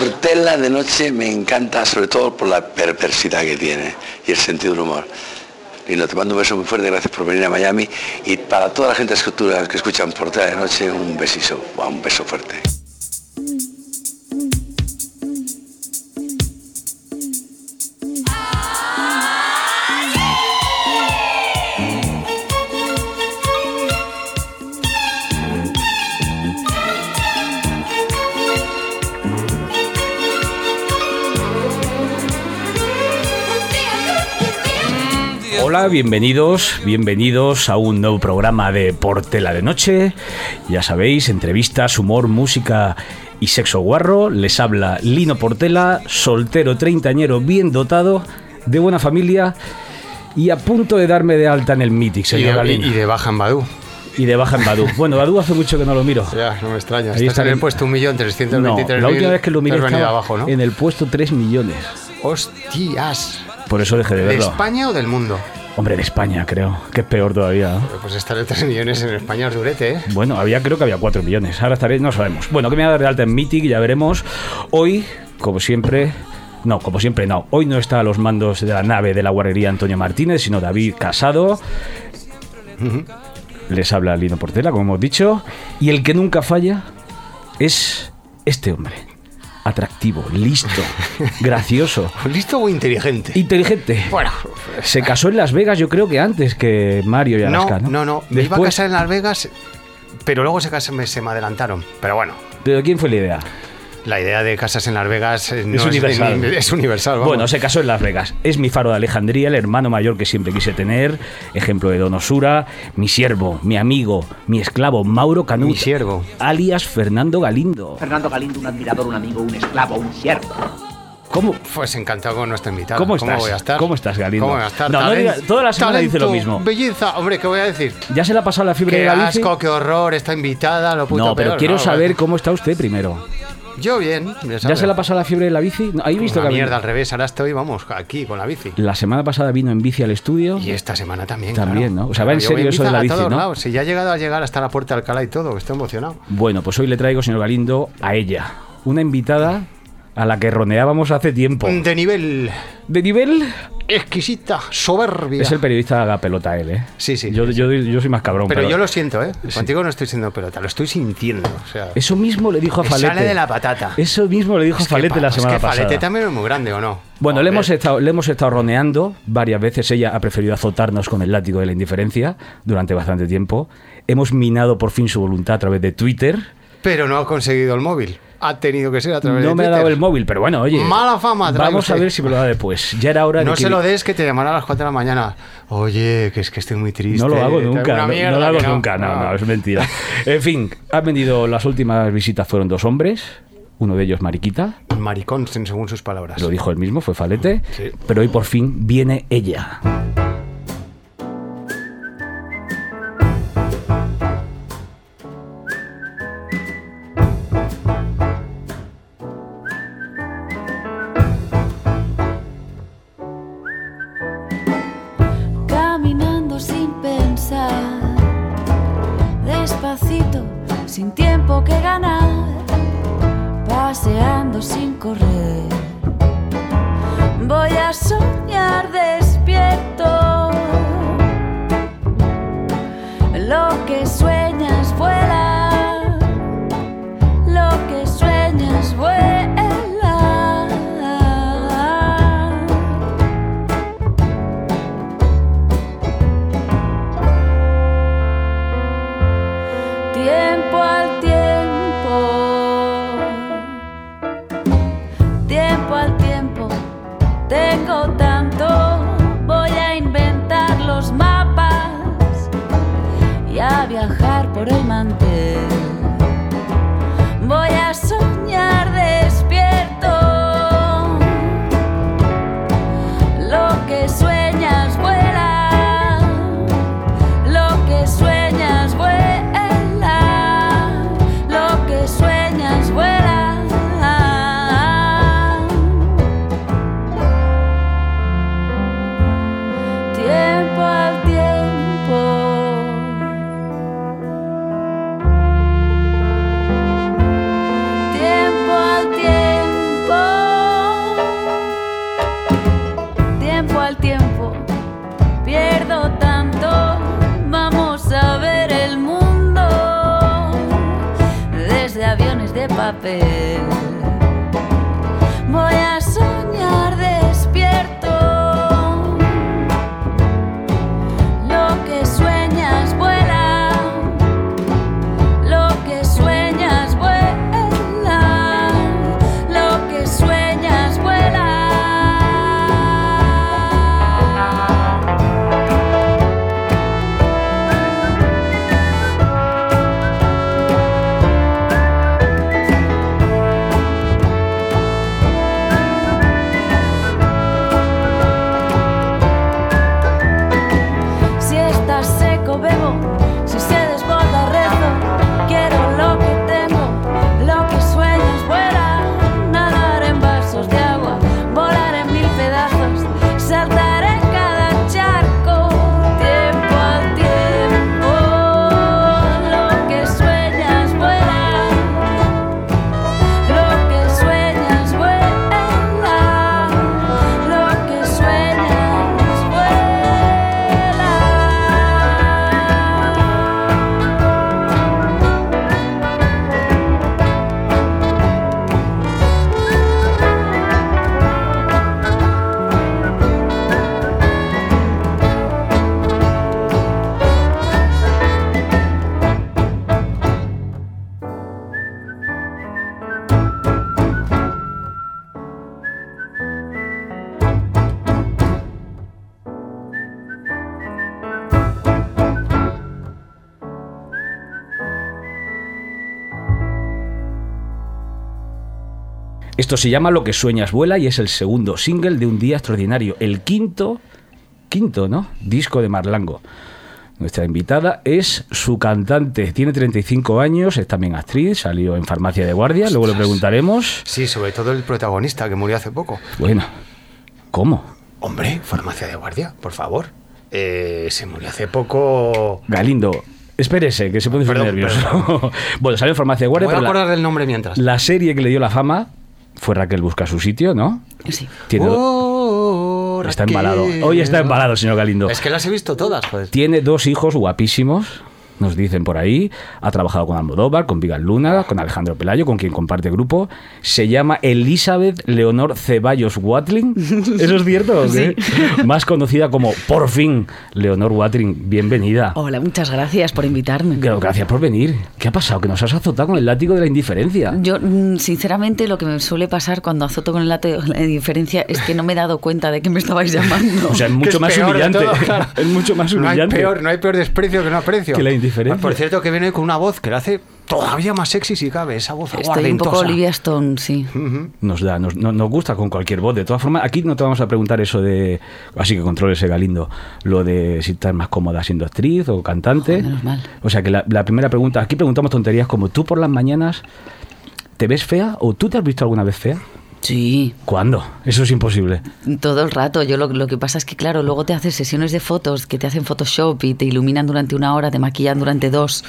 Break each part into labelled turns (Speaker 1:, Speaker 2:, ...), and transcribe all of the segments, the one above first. Speaker 1: Portela de noche me encanta, sobre todo por la perversidad que tiene y el sentido del humor. Lindo, te mando un beso muy fuerte, gracias por venir a Miami y para toda la gente escultura que escuchan Portela de noche, un besiso, un beso fuerte.
Speaker 2: Hola, bienvenidos, bienvenidos a un nuevo programa de Portela de Noche. Ya sabéis, entrevistas, humor, música y sexo guarro. Les habla Lino Portela, soltero treintañero bien dotado, de buena familia y a punto de darme de alta en el Mythic,
Speaker 3: Y
Speaker 2: señora
Speaker 3: de,
Speaker 2: Lina.
Speaker 3: y de baja en Badú.
Speaker 2: Y de baja en Badu. Bueno, Badu hace mucho que no lo miro.
Speaker 3: Ya, no me extraña.
Speaker 2: Ahí
Speaker 3: Estás
Speaker 2: está
Speaker 3: en el
Speaker 2: el-
Speaker 3: puesto
Speaker 2: No,
Speaker 3: 1.323.000.
Speaker 2: la última vez que lo miré
Speaker 3: Te has venido
Speaker 2: estaba
Speaker 3: abajo, ¿no?
Speaker 2: en el puesto 3 millones.
Speaker 3: Hostias.
Speaker 2: Por eso dejé de
Speaker 3: ¿De
Speaker 2: verlo.
Speaker 3: España o del mundo?
Speaker 2: Hombre, de España, creo. Que es peor todavía. ¿no?
Speaker 3: Pues estar en 3 millones en España es durete, ¿eh?
Speaker 2: Bueno, había, creo que había 4 millones. Ahora estaré, no sabemos. Bueno, que me voy a dar de alta en Mythic, ya veremos. Hoy, como siempre. No, como siempre, no. Hoy no está a los mandos de la nave de la guarrería Antonio Martínez, sino David Casado. Les habla Lino Portela, como hemos dicho. Y el que nunca falla es este hombre. Atractivo, listo, gracioso,
Speaker 3: Pues ¿Listo o inteligente?
Speaker 2: inteligente.
Speaker 3: Bueno,
Speaker 2: Se casó en Las Vegas, yo creo que antes que Mario y
Speaker 3: no,
Speaker 2: Alaska, ¿no?
Speaker 3: no, no. Me iba a
Speaker 2: Después,
Speaker 3: casar en Las Vegas, pero luego se, cas- me- se me adelantaron. Pero bueno,
Speaker 2: ¿Pero quién fue la idea?
Speaker 3: la idea de casas en Las Vegas eh, no
Speaker 2: Es
Speaker 3: de-
Speaker 2: universal.
Speaker 3: ni- es universal. vamos.
Speaker 2: Bueno, se casó en Las Vegas. Es mi faro de Alejandría, el hermano mayor que siempre quise tener, ejemplo de donosura, mi siervo, mi amigo, mi esclavo, Mauro Canuto.
Speaker 3: Mi siervo.
Speaker 2: Alias Fernando Galindo.
Speaker 4: Fernando Galindo, un admirador, un amigo, un esclavo, un siervo.
Speaker 2: ¿Cómo?
Speaker 3: Pues encantado con nuestra invitada.
Speaker 2: ¿Cómo estás?
Speaker 3: voy a estar?
Speaker 2: ¿Cómo estás, Galindo?
Speaker 3: ¿Cómo voy a estar?
Speaker 2: No, no
Speaker 3: Talent-
Speaker 2: diga- toda la semana dice lo
Speaker 3: talento,
Speaker 2: mismo.
Speaker 3: Belleza. Hombre, ¿qué voy a decir?
Speaker 2: ¿Ya se le ha pasado la fiebre
Speaker 3: Qué
Speaker 2: de la bici?
Speaker 3: asco, qué horror, está invitada, lo puto
Speaker 2: No, pero
Speaker 3: peor,
Speaker 2: quiero
Speaker 3: no,
Speaker 2: saber
Speaker 3: bueno.
Speaker 2: cómo está usted primero.
Speaker 3: Yo bien.
Speaker 2: ¿Ya se le ha pasado la fiebre de la bici? ¿No? ¿Ahí visto
Speaker 3: la
Speaker 2: que ha
Speaker 3: mierda
Speaker 2: venido?
Speaker 3: al revés, ahora estoy, vamos, aquí con la bici.
Speaker 2: La semana pasada vino en bici al estudio.
Speaker 3: Y esta semana también.
Speaker 2: También,
Speaker 3: claro.
Speaker 2: ¿no? O sea, va en
Speaker 3: Yo voy
Speaker 2: serio eso de la
Speaker 3: invitada a
Speaker 2: bici,
Speaker 3: todos
Speaker 2: ¿no?
Speaker 3: lados. Si ya ha llegado a llegar hasta la puerta de Alcalá y todo, estoy emocionado.
Speaker 2: Bueno, pues hoy le traigo, señor Galindo, a ella. Una invitada a la que roneábamos hace tiempo.
Speaker 3: Mm, De nivel
Speaker 2: De nivel
Speaker 3: exquisita, soberbia.
Speaker 2: es el periodista haga pelota él, ¿eh?
Speaker 3: Sí, sí.
Speaker 2: Yo, yo- yo soy más cabrón.
Speaker 3: pero, yo lo siento, ¿eh?
Speaker 2: Sí.
Speaker 3: Contigo no estoy siendo pelota, lo estoy sintiendo. O sea,
Speaker 2: Eso mismo le dijo a
Speaker 3: Me
Speaker 2: Falete.
Speaker 3: sale de la patata.
Speaker 2: Eso mismo le dijo a
Speaker 3: es que
Speaker 2: Falete
Speaker 3: pa-
Speaker 2: la
Speaker 3: es
Speaker 2: semana
Speaker 3: que Falete
Speaker 2: pasada.
Speaker 3: también es muy grande, ¿o no?
Speaker 2: Bueno, le
Speaker 3: Hombre,
Speaker 2: hemos, estado, le hemos estado roneando varias veces. Ella ha preferido azotarnos con el látigo de la indiferencia durante bastante tiempo. Hemos minado por fin su voluntad a través de Twitter.
Speaker 3: Pero no ha conseguido el móvil. Ha tenido que ser a través de
Speaker 2: No me ha dado
Speaker 3: Twitter.
Speaker 2: el móvil, pero bueno, oye.
Speaker 3: Mala fama, trae
Speaker 2: Vamos a
Speaker 3: usted.
Speaker 2: ver si me lo da después. Ya era hora de
Speaker 3: No
Speaker 2: que-
Speaker 3: se lo des que te llamará a las 4 de la mañana. Oye, que es que estoy muy triste.
Speaker 2: No lo hago nunca,
Speaker 3: Una
Speaker 2: no-
Speaker 3: mierda
Speaker 2: no, lo hago
Speaker 3: que Ah.
Speaker 2: nunca, no, no, es mentira. En fin, han venido, las últimas visitas fueron dos hombres, uno de ellos Mariquita,
Speaker 3: Maricón, sin- según sus palabras.
Speaker 2: lo dijo él mismo, fue Falete,
Speaker 3: Sí.
Speaker 2: pero hoy por fin viene ella.
Speaker 5: caminando sin pensar, despacito, sin tiempo que ganar, paseando sin correr. Voy a soñar despierto. Lo que sueñas vuela, lo que sueñas vuela. tiempo al tiempo, tiempo al tiempo, tengo tanto, voy a inventar los mapas y a viajar por el mantel. Voy a soñar despierto, lo que sueñas vuela lo que sueñas vuela, lo que sueñas vuela. papel. Voy a soñar despierto. Lo que sueñas vuela. Lo que sueñas vuela. Lo que sueñas vuela. Si estás seco bebo, si se desborda rezo. Quiero lo que tengo, lo que sueños vuela. Nadar en vasos de agua, volar en mil pedazos, saltar en cada charco. Tiempo al tiempo, lo que sueñas vuela. Lo que sueñas vuela, lo que sueñas vuela.
Speaker 2: Esto se llama Lo que sueñas vuela y es el segundo single de Un Día Extraordinario, el quinto, quinto, ¿no? Disco de Marlango. Nuestra invitada es su cantante, tiene 35 años, es también actriz, salió en Farmacia de Guardia, luego le preguntaremos.
Speaker 3: Sí, sobre todo el protagonista que murió hace poco.
Speaker 2: Bueno, ¿cómo?
Speaker 3: Hombre, farmacia de guardia, por favor. Eh, se murió hace poco.
Speaker 2: Galindo, espérese, que se pone
Speaker 3: Perdón,
Speaker 2: nervioso. bueno, salió en Farmacia de
Speaker 3: Voy
Speaker 2: Guardia,
Speaker 3: a
Speaker 2: pero la-
Speaker 3: acordar del nombre mientras.
Speaker 2: la serie que le dio la fama fue Raquel Busca su sitio, ¿no?
Speaker 4: Sí.
Speaker 2: Tiene do-
Speaker 3: Oh,
Speaker 2: Está
Speaker 3: Raquel.
Speaker 2: embalado. Hoy está embalado, señor Galindo.
Speaker 3: Es que las he visto todas, joder.
Speaker 2: Tiene dos hijos guapísimos, nos dicen por ahí. Ha trabajado con Almodóvar, con Vigal Luna, con Alejandro Pelayo, con quien comparte grupo. Se llama Elizabeth Leonor Ceballos Watling. ¿Eso es cierto? o qué? Más conocida como Por fin Leonor Watling. Bienvenida.
Speaker 6: Hola, muchas gracias por invitarme.
Speaker 2: Gracias por venir. ¿Qué ha pasado? Que nos has azotado con el látigo de la indiferencia.
Speaker 6: Yo, mm, sinceramente, lo que me suele pasar cuando azoto con el látigo la diferencia es que no me he dado cuenta de que me estabais llamando.
Speaker 2: O sea, es
Speaker 3: Que
Speaker 2: mucho
Speaker 3: es
Speaker 2: más
Speaker 3: peor de
Speaker 2: humillante.
Speaker 3: todo, claro.
Speaker 2: Es mucho más
Speaker 3: No hay,
Speaker 2: humillante.
Speaker 3: peor, no hay peor desprecio que no aprecio.
Speaker 2: Que la indiferencia.
Speaker 3: Por cierto, que viene hoy con una voz que la hace todavía más sexy si cabe, esa voz
Speaker 6: Estoy un poco
Speaker 3: aguardentosa.
Speaker 6: Olivia Stone, sí.
Speaker 2: Mm. Nos da, nos, no- nos gusta con cualquier voz. De todas formas, aquí no te vamos a preguntar eso de. Así que controle ese galindo. Lo de si estás más cómoda siendo actriz o cantante.
Speaker 6: Joder, menos mal.
Speaker 2: O sea que la, la primera pregunta. Aquí preguntamos tonterías como: ¿tú por las mañanas te ves fea o tú te has visto alguna vez fea?
Speaker 6: Sí,
Speaker 2: ¿Cuándo? Eso es imposible.
Speaker 6: todo el rato. Yo lo, lo que pasa es que, claro, luego te haces sesiones de fotos que te hacen Photoshop y te iluminan durante una hora, te maquillan durante dos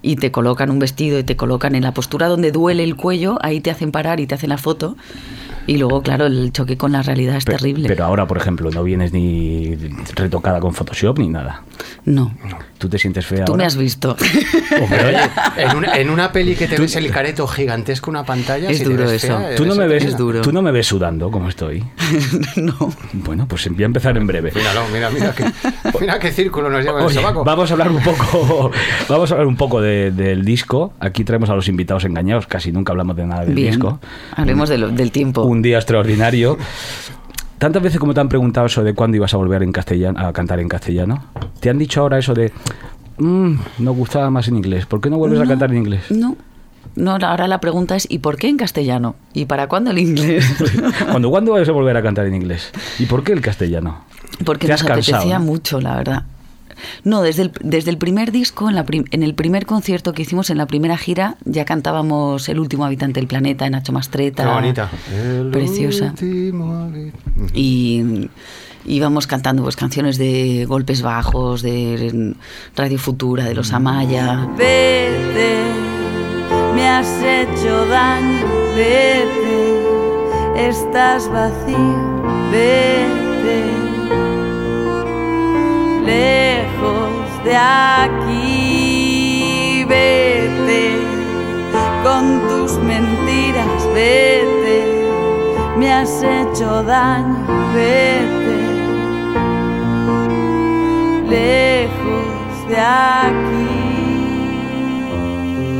Speaker 6: y te colocan un vestido y te colocan en la postura donde duele el cuello, ahí te hacen parar y te hacen la foto. Y luego, claro, el choque con la realidad es
Speaker 2: Pe-
Speaker 6: terrible.
Speaker 2: Pero ahora, por ejemplo, no vienes ni retocada con Photoshop ni nada.
Speaker 6: no,
Speaker 2: ¿Tú te sientes fea
Speaker 6: tú
Speaker 2: ahora?
Speaker 6: me has visto.
Speaker 2: Hombre, oye,
Speaker 3: En una, en una peli que te ves el careto gigantesco, una pantalla.
Speaker 6: Es
Speaker 3: si te
Speaker 6: duro
Speaker 3: ves
Speaker 6: eso.
Speaker 3: fea,
Speaker 2: Tú no,
Speaker 3: eres
Speaker 2: me ves,
Speaker 3: eterna.
Speaker 6: Es duro.
Speaker 2: tú no me ves sudando como estoy.
Speaker 6: no.
Speaker 2: Bueno, pues voy a empezar en breve.
Speaker 3: Míralo, mira, mira qué, mira qué círculo nos lleva el
Speaker 2: Oye,
Speaker 3: sobaco.
Speaker 2: vamos a hablar un poco, vamos a hablar un poco de- del disco. Aquí traemos a los invitados engañados, casi nunca hablamos de nada del
Speaker 6: Bien. Oh.
Speaker 2: disco.
Speaker 6: Hablemos de lo- del tiempo.
Speaker 2: Un día extraordinario. Tantas veces como te han preguntado eso de cuándo ibas a volver en castellano, a cantar en castellano, te han dicho ahora eso de "Mm, no gustaba más en inglés. ¿Por qué no vuelves a cantar en inglés?
Speaker 6: No. No, ahora la pregunta es ¿y por qué en castellano? ¿Y para cuándo el inglés?
Speaker 2: ¿Cuándo, ¿Cuándo vas a volver a cantar en inglés? ¿Y por qué el castellano?
Speaker 6: Porque
Speaker 2: Te
Speaker 6: nos
Speaker 2: has cansado,
Speaker 6: apetecía
Speaker 2: ¿no?
Speaker 6: mucho, la verdad. No, desde el, desde el primer disco, en, la prim- en el primer concierto que hicimos en la primera gira, ya cantábamos El último habitante del planeta, en Nacho Mastreta.
Speaker 3: Qué bonita.
Speaker 6: Preciosa. y íbamos cantando pues canciones de golpes bajos, de Radio Futura, de
Speaker 3: Mm.
Speaker 6: los Amaya.
Speaker 5: Vete, me has hecho daño, vete, estás vacío, vete, lejos de aquí, vete con tus mentiras. vete, me has hecho daño, vete, lejos de aquí.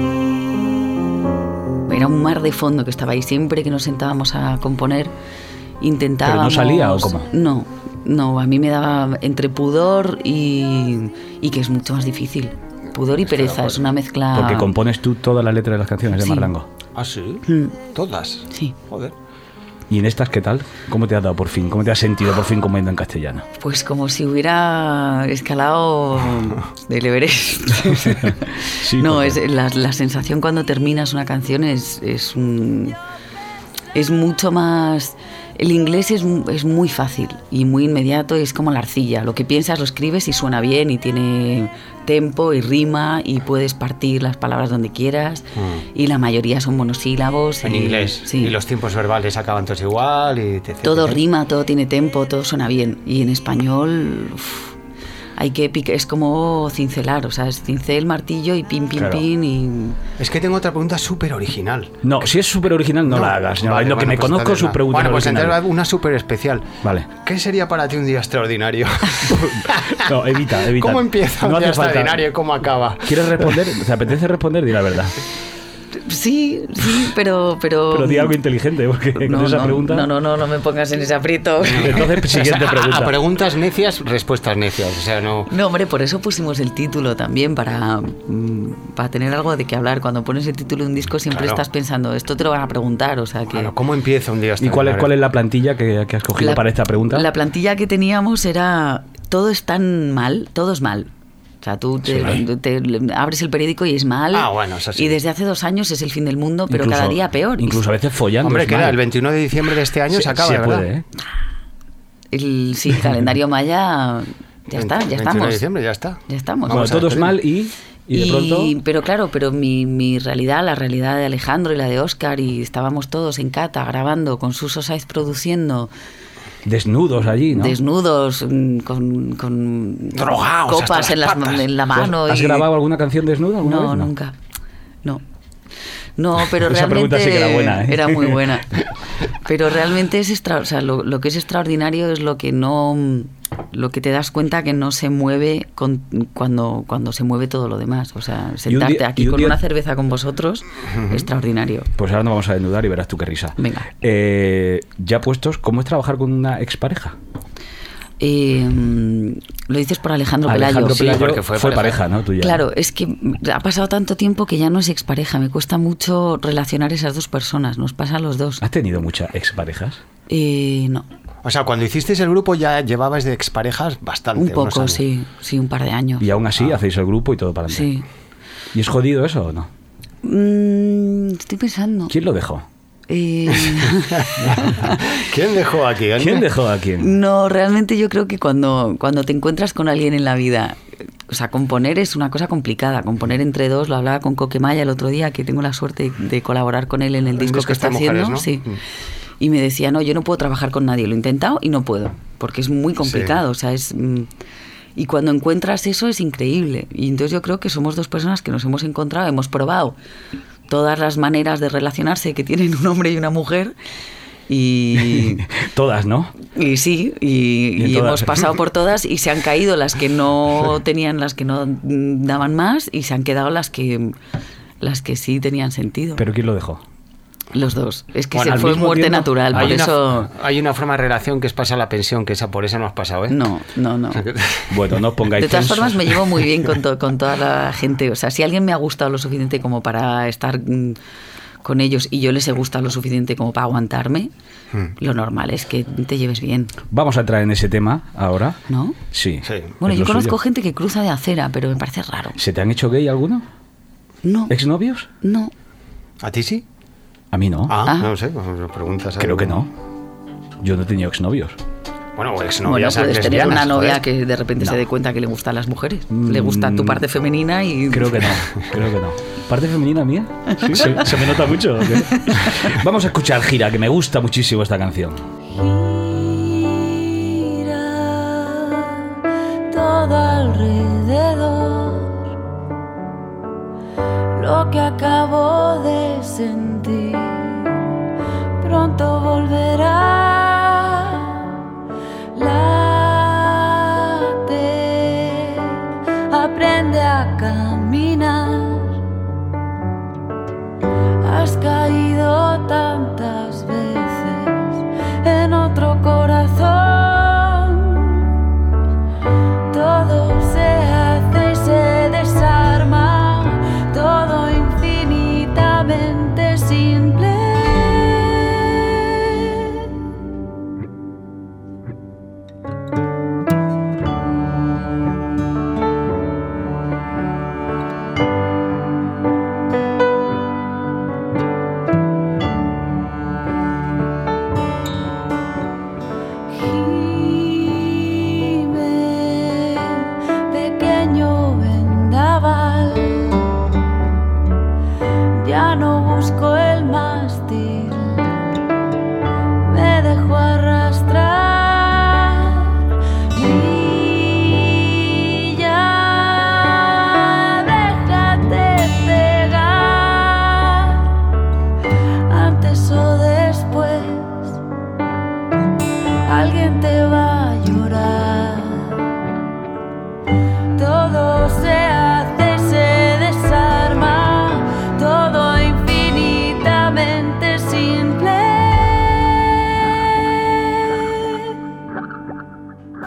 Speaker 6: Era un mar de fondo que estaba ahí siempre que nos sentábamos a componer. Intentábamos.
Speaker 2: salía o cómo?
Speaker 6: No, no, a mí me daba entre pudor y, y que es mucho más difícil. Pudor y pereza, es una mezcla.
Speaker 2: Porque compones tú todas las letras de las canciones de
Speaker 6: Ah. Sí.
Speaker 2: Marlango.
Speaker 3: Ah, sí. Todas.
Speaker 6: Mm, Sí.
Speaker 3: Joder.
Speaker 2: ¿Y en estas qué tal? ¿Cómo te has dado por fin? ¿Cómo te has sentido por fin comiendo en castellano?
Speaker 6: Pues como si hubiera escalado del Everest.
Speaker 2: Sí,
Speaker 6: no,
Speaker 2: porque-
Speaker 6: es, la, la sensación cuando terminas una canción es, es, un- es mucho más... El inglés es, mu- es muy fácil y muy inmediato, es como la arcilla. Lo que piensas lo escribes y suena bien y tiene tempo y rima y puedes partir las palabras donde quieras y la mayoría son monosílabos.
Speaker 3: En
Speaker 6: y-
Speaker 3: inglés.
Speaker 6: sí.
Speaker 3: Y los tiempos verbales acaban todos igual. Y te- te-
Speaker 6: Todo
Speaker 3: te-
Speaker 6: rima, todo tiene tempo, todo suena bien. Y en español uf, hay que pic- es como cincelar, o sea, es cincel, martillo y pin, pin,
Speaker 2: Claro.
Speaker 6: pin. Y...
Speaker 3: Es que tengo otra pregunta súper original.
Speaker 2: No, si es súper original, no, la hagas. no,
Speaker 3: Vale,
Speaker 2: lo que
Speaker 3: bueno,
Speaker 2: me
Speaker 3: pues
Speaker 2: conozco
Speaker 3: entonces
Speaker 2: es su
Speaker 3: nada.
Speaker 2: pregunta
Speaker 3: Bueno, pues
Speaker 2: original.
Speaker 3: entonces una súper especial.
Speaker 2: Vale.
Speaker 3: ¿Qué sería para ti un día extraordinario?
Speaker 2: No, evita, evita.
Speaker 3: ¿Cómo empieza un
Speaker 2: No
Speaker 3: día
Speaker 2: hace falta.
Speaker 3: extraordinario y cómo acaba?
Speaker 2: ¿Quieres responder? ¿Te apetece responder? Di la verdad.
Speaker 6: Sí, sí, pero. Pero,
Speaker 2: Pero di algo inteligente, porque
Speaker 6: no,
Speaker 2: con esa
Speaker 6: no,
Speaker 2: pregunta.
Speaker 6: No, no, no, no me pongas en ese aprieto.
Speaker 2: Entonces, siguiente
Speaker 3: O sea, a- A,
Speaker 2: pregunta.
Speaker 3: preguntas necias, respuestas necias. O sea, no.
Speaker 6: No, hombre, por eso pusimos el título también, para, mm, para tener algo de qué hablar. Cuando pones el título de un disco siempre
Speaker 3: Claro.
Speaker 6: estás pensando, esto te lo van a preguntar, o sea que...
Speaker 3: Claro, ¿Cómo empieza un día
Speaker 2: ¿Y
Speaker 3: extraordinario?
Speaker 2: cuál es, cuál es la plantilla que, que has cogido
Speaker 6: La-
Speaker 2: para esta pregunta?
Speaker 6: La plantilla que teníamos era todo es tan mal, todo es mal. O sea, tú te,
Speaker 2: ¿eh?
Speaker 6: te- le- abres el periódico y es mal.
Speaker 3: Ah, bueno, eso sí.
Speaker 6: Y desde hace dos años es el fin del mundo, pero
Speaker 2: Incluso-
Speaker 6: cada día peor.
Speaker 2: Incluso a veces follando.
Speaker 3: Hombre,
Speaker 2: es
Speaker 3: que
Speaker 2: mal.
Speaker 3: era el 21 de diciembre de este año
Speaker 2: Se-
Speaker 3: se acaba,
Speaker 2: se
Speaker 3: ¿verdad?
Speaker 2: puede, ¿eh?
Speaker 6: El sí, calendario maya, ya está,
Speaker 3: 21
Speaker 6: ya
Speaker 3: de
Speaker 6: estamos.
Speaker 3: diciembre, ya está.
Speaker 6: Ya estamos.
Speaker 2: Bueno,
Speaker 3: Vamos a
Speaker 2: todo es
Speaker 3: despedirnos.
Speaker 2: mal y, y de pronto.
Speaker 6: Y- pero claro, pero mi, mi realidad, la realidad de Alejandro y la de Oscar, y estábamos todos en Cata grabando, con Suso Sáez produciendo,
Speaker 2: Desnudos allí, ¿no?
Speaker 6: desnudos, mm, con, con
Speaker 3: Drogaos hasta
Speaker 6: copas
Speaker 3: las
Speaker 6: en, las ma-
Speaker 3: patas.
Speaker 6: en la
Speaker 2: ¿Tú has-
Speaker 6: mano.
Speaker 2: ¿Has
Speaker 6: y-
Speaker 2: grabado alguna canción desnuda alguna
Speaker 6: No,
Speaker 2: vez?
Speaker 6: nunca. No. No, pero
Speaker 2: Esa pregunta
Speaker 6: realmente
Speaker 2: sí que era buena, ¿eh?
Speaker 6: era muy buena. Pero realmente es extra, o sea, lo, lo que es extraordinario es lo que no lo que te das cuenta que no se mueve con- cuando cuando se mueve todo lo demás, o sea, sentarte
Speaker 2: día- y
Speaker 6: aquí
Speaker 2: un
Speaker 6: con
Speaker 2: día-
Speaker 6: una cerveza con vosotros, extraordinario.
Speaker 2: Pues ahora nos vamos a desnudar y verás tú qué risa.
Speaker 6: Venga.
Speaker 2: Eh, ya puestos, ¿cómo es trabajar con una expareja?
Speaker 6: Eh, mm, lo dices por Alejandro,
Speaker 2: Alejandro
Speaker 6: Pelayo.
Speaker 2: Pelayo
Speaker 3: sí, porque fue
Speaker 2: fue pareja,
Speaker 3: pareja.
Speaker 2: ¿no? Tuya.
Speaker 6: Claro, es que ha pasado tanto tiempo que ya no es expareja. Me cuesta mucho relacionar esas dos personas. Nos pasa a los dos.
Speaker 2: ¿Has tenido muchas exparejas?
Speaker 6: Eh, no.
Speaker 3: O sea, cuando hicisteis el grupo ya llevabas de exparejas bastante.
Speaker 6: Un
Speaker 3: unos
Speaker 6: poco,
Speaker 3: años.
Speaker 6: sí, sí, un par de años.
Speaker 2: Y aún así hacéis el grupo y todo para adelante.
Speaker 6: Ah. Sí.
Speaker 2: ¿Y es jodido eso o no?
Speaker 6: Mm, estoy pensando.
Speaker 2: ¿Quién lo dejó?
Speaker 6: Eh,
Speaker 3: ¿Quién dejó aquí? Ana?
Speaker 2: ¿Quién dejó a quién?
Speaker 6: no, realmente yo creo que cuando, cuando te encuentras con alguien en la vida, o sea, componer es una cosa complicada. Componer entre dos, lo hablaba con Coquemaya el otro día, que tengo la suerte de colaborar con él en el
Speaker 3: El
Speaker 6: disco
Speaker 3: disco
Speaker 6: que está
Speaker 3: está Mujeres, ¿no?
Speaker 6: haciendo. Sí.
Speaker 3: Mm.
Speaker 6: Y me decía, no, yo no puedo trabajar con nadie. Lo he intentado y no puedo, porque es muy complicado. O sea, es. mm, y cuando encuentras eso es increíble. Y entonces yo creo que somos dos personas que nos hemos encontrado, hemos probado todas las maneras de relacionarse que tienen un hombre y una mujer. Y,
Speaker 2: Todas, ¿no?
Speaker 6: y sí, y,
Speaker 2: Y en
Speaker 6: y
Speaker 2: todas.
Speaker 6: hemos pasado por todas y se han caído las que no tenían, las que no mm, daban más y se han quedado las que las que sí tenían sentido.
Speaker 2: ¿Pero quién lo dejó?
Speaker 6: Los dos. Es que
Speaker 3: Bueno,
Speaker 6: se
Speaker 3: al
Speaker 6: fue
Speaker 3: mismo
Speaker 6: muerte
Speaker 3: tiempo,
Speaker 6: natural, por
Speaker 3: hay una-
Speaker 6: eso...
Speaker 3: hay una forma de relación que es pasar la pensión, que esa por esa no has pasado, ¿eh?
Speaker 6: No, no, no.
Speaker 2: Bueno, no os pongáis
Speaker 6: De todas
Speaker 2: tensos.
Speaker 6: formas, me llevo muy bien con, to- con toda la gente. O sea, si alguien me ha gustado lo suficiente como para estar mm, con ellos y yo les he gustado lo suficiente como para aguantarme, lo normal es que te lleves bien,
Speaker 2: Vamos a entrar en ese tema ahora.
Speaker 6: ¿no?
Speaker 2: Sí.
Speaker 3: Sí.
Speaker 6: Bueno,
Speaker 2: es
Speaker 6: yo
Speaker 2: lo
Speaker 6: conozco
Speaker 2: suyo.
Speaker 6: gente que cruza de acera, pero me parece raro.
Speaker 2: ¿Se te han hecho gay alguno?
Speaker 6: No,
Speaker 2: ¿Exnovios?
Speaker 6: no.
Speaker 3: ¿A ti sí?
Speaker 2: A mí no.
Speaker 3: Ah,
Speaker 6: Ah.
Speaker 3: no sé, pues me preguntas. a
Speaker 2: Creo que no.
Speaker 3: alguien.
Speaker 2: Yo no he tenido exnovios.
Speaker 3: Bueno, o
Speaker 2: pues
Speaker 3: exnovias
Speaker 6: Bueno, puedes tener
Speaker 3: lesbianas,
Speaker 6: una novia
Speaker 3: joder.
Speaker 6: que de repente se dé cuenta que le gustan las mujeres. Le gusta tu parte femenina y...
Speaker 2: Mm, Creo que no, creo que no. ¿Parte femenina mía? se, se me nota mucho. ¿o qué? Vamos a escuchar Gira, que me gusta muchísimo esta canción.
Speaker 5: Gira todo alrededor lo que acabo de sentir pronto volverá. Late, aprende a caminar. Has caído tantas veces en otro corazón. Todo se hace y se desarma, todo infinitamente simple. Gime, pequeño vendaval. Ya no busco el mástil, me dejo arrastrar. Brilla, déjate pegar, antes o después alguien te va a llorar. Todo se hace, y se desarma, todo infinitamente simple.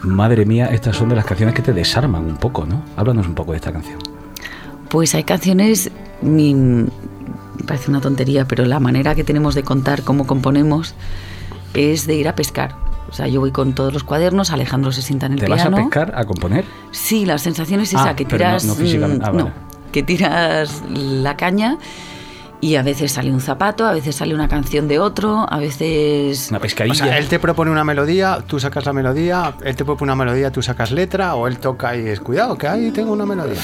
Speaker 2: Madre mía, estas son de las canciones que te desarman un poco, ¿no? Háblanos un poco de esta canción.
Speaker 6: Pues hay canciones, mi- me parece una tontería, pero la manera que tenemos de contar cómo componemos es de ir a pescar. O sea, yo voy con todos los cuadernos, Alejandro se sienta en el
Speaker 2: ¿Te vas
Speaker 6: piano.
Speaker 2: a pescar, a componer?
Speaker 6: Sí, la sensación es
Speaker 2: Ah,
Speaker 6: esa, que
Speaker 2: pero no-
Speaker 6: tiras.
Speaker 2: no físicamente.
Speaker 6: mm,
Speaker 2: Ah, vale.
Speaker 6: no, que tiras la caña y a veces sale un zapato, a veces sale una canción de otro, a veces.
Speaker 2: Una
Speaker 3: O
Speaker 2: pescadilla.
Speaker 3: sea, él te propone una melodía, tú sacas la melodía, él te propone una melodía, tú sacas letra, o él toca y es cuidado, que ahí tengo una melodía.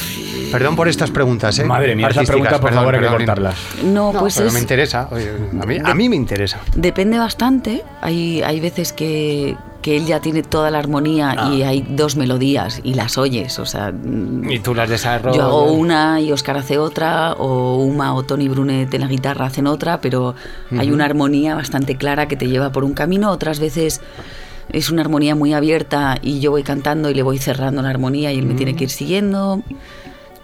Speaker 3: Perdón por estas preguntas, ¿eh?
Speaker 2: Madre mía, esas
Speaker 3: Artísticas,
Speaker 2: preguntas, por
Speaker 3: perdón,
Speaker 2: favor, hay que
Speaker 3: perdón.
Speaker 2: cortarlas.
Speaker 6: No,
Speaker 3: No,
Speaker 6: pues
Speaker 3: pero
Speaker 6: es.
Speaker 3: me interesa. oye, a, mí, a mí me interesa.
Speaker 6: Depende bastante. Hay, hay veces que, que él ya tiene toda la armonía y
Speaker 3: Ah.
Speaker 6: hay dos melodías y las oyes. O sea, mm,
Speaker 3: Y tú las desarrollas.
Speaker 6: yo hago una y Oscar hace otra, o Uma o Tony Brunet en la guitarra hacen otra, pero hay una armonía bastante clara que te lleva por un camino. Otras veces es una armonía muy abierta y yo voy cantando y le voy cerrando la armonía y él me tiene que ir
Speaker 3: Mm.
Speaker 6: siguiendo.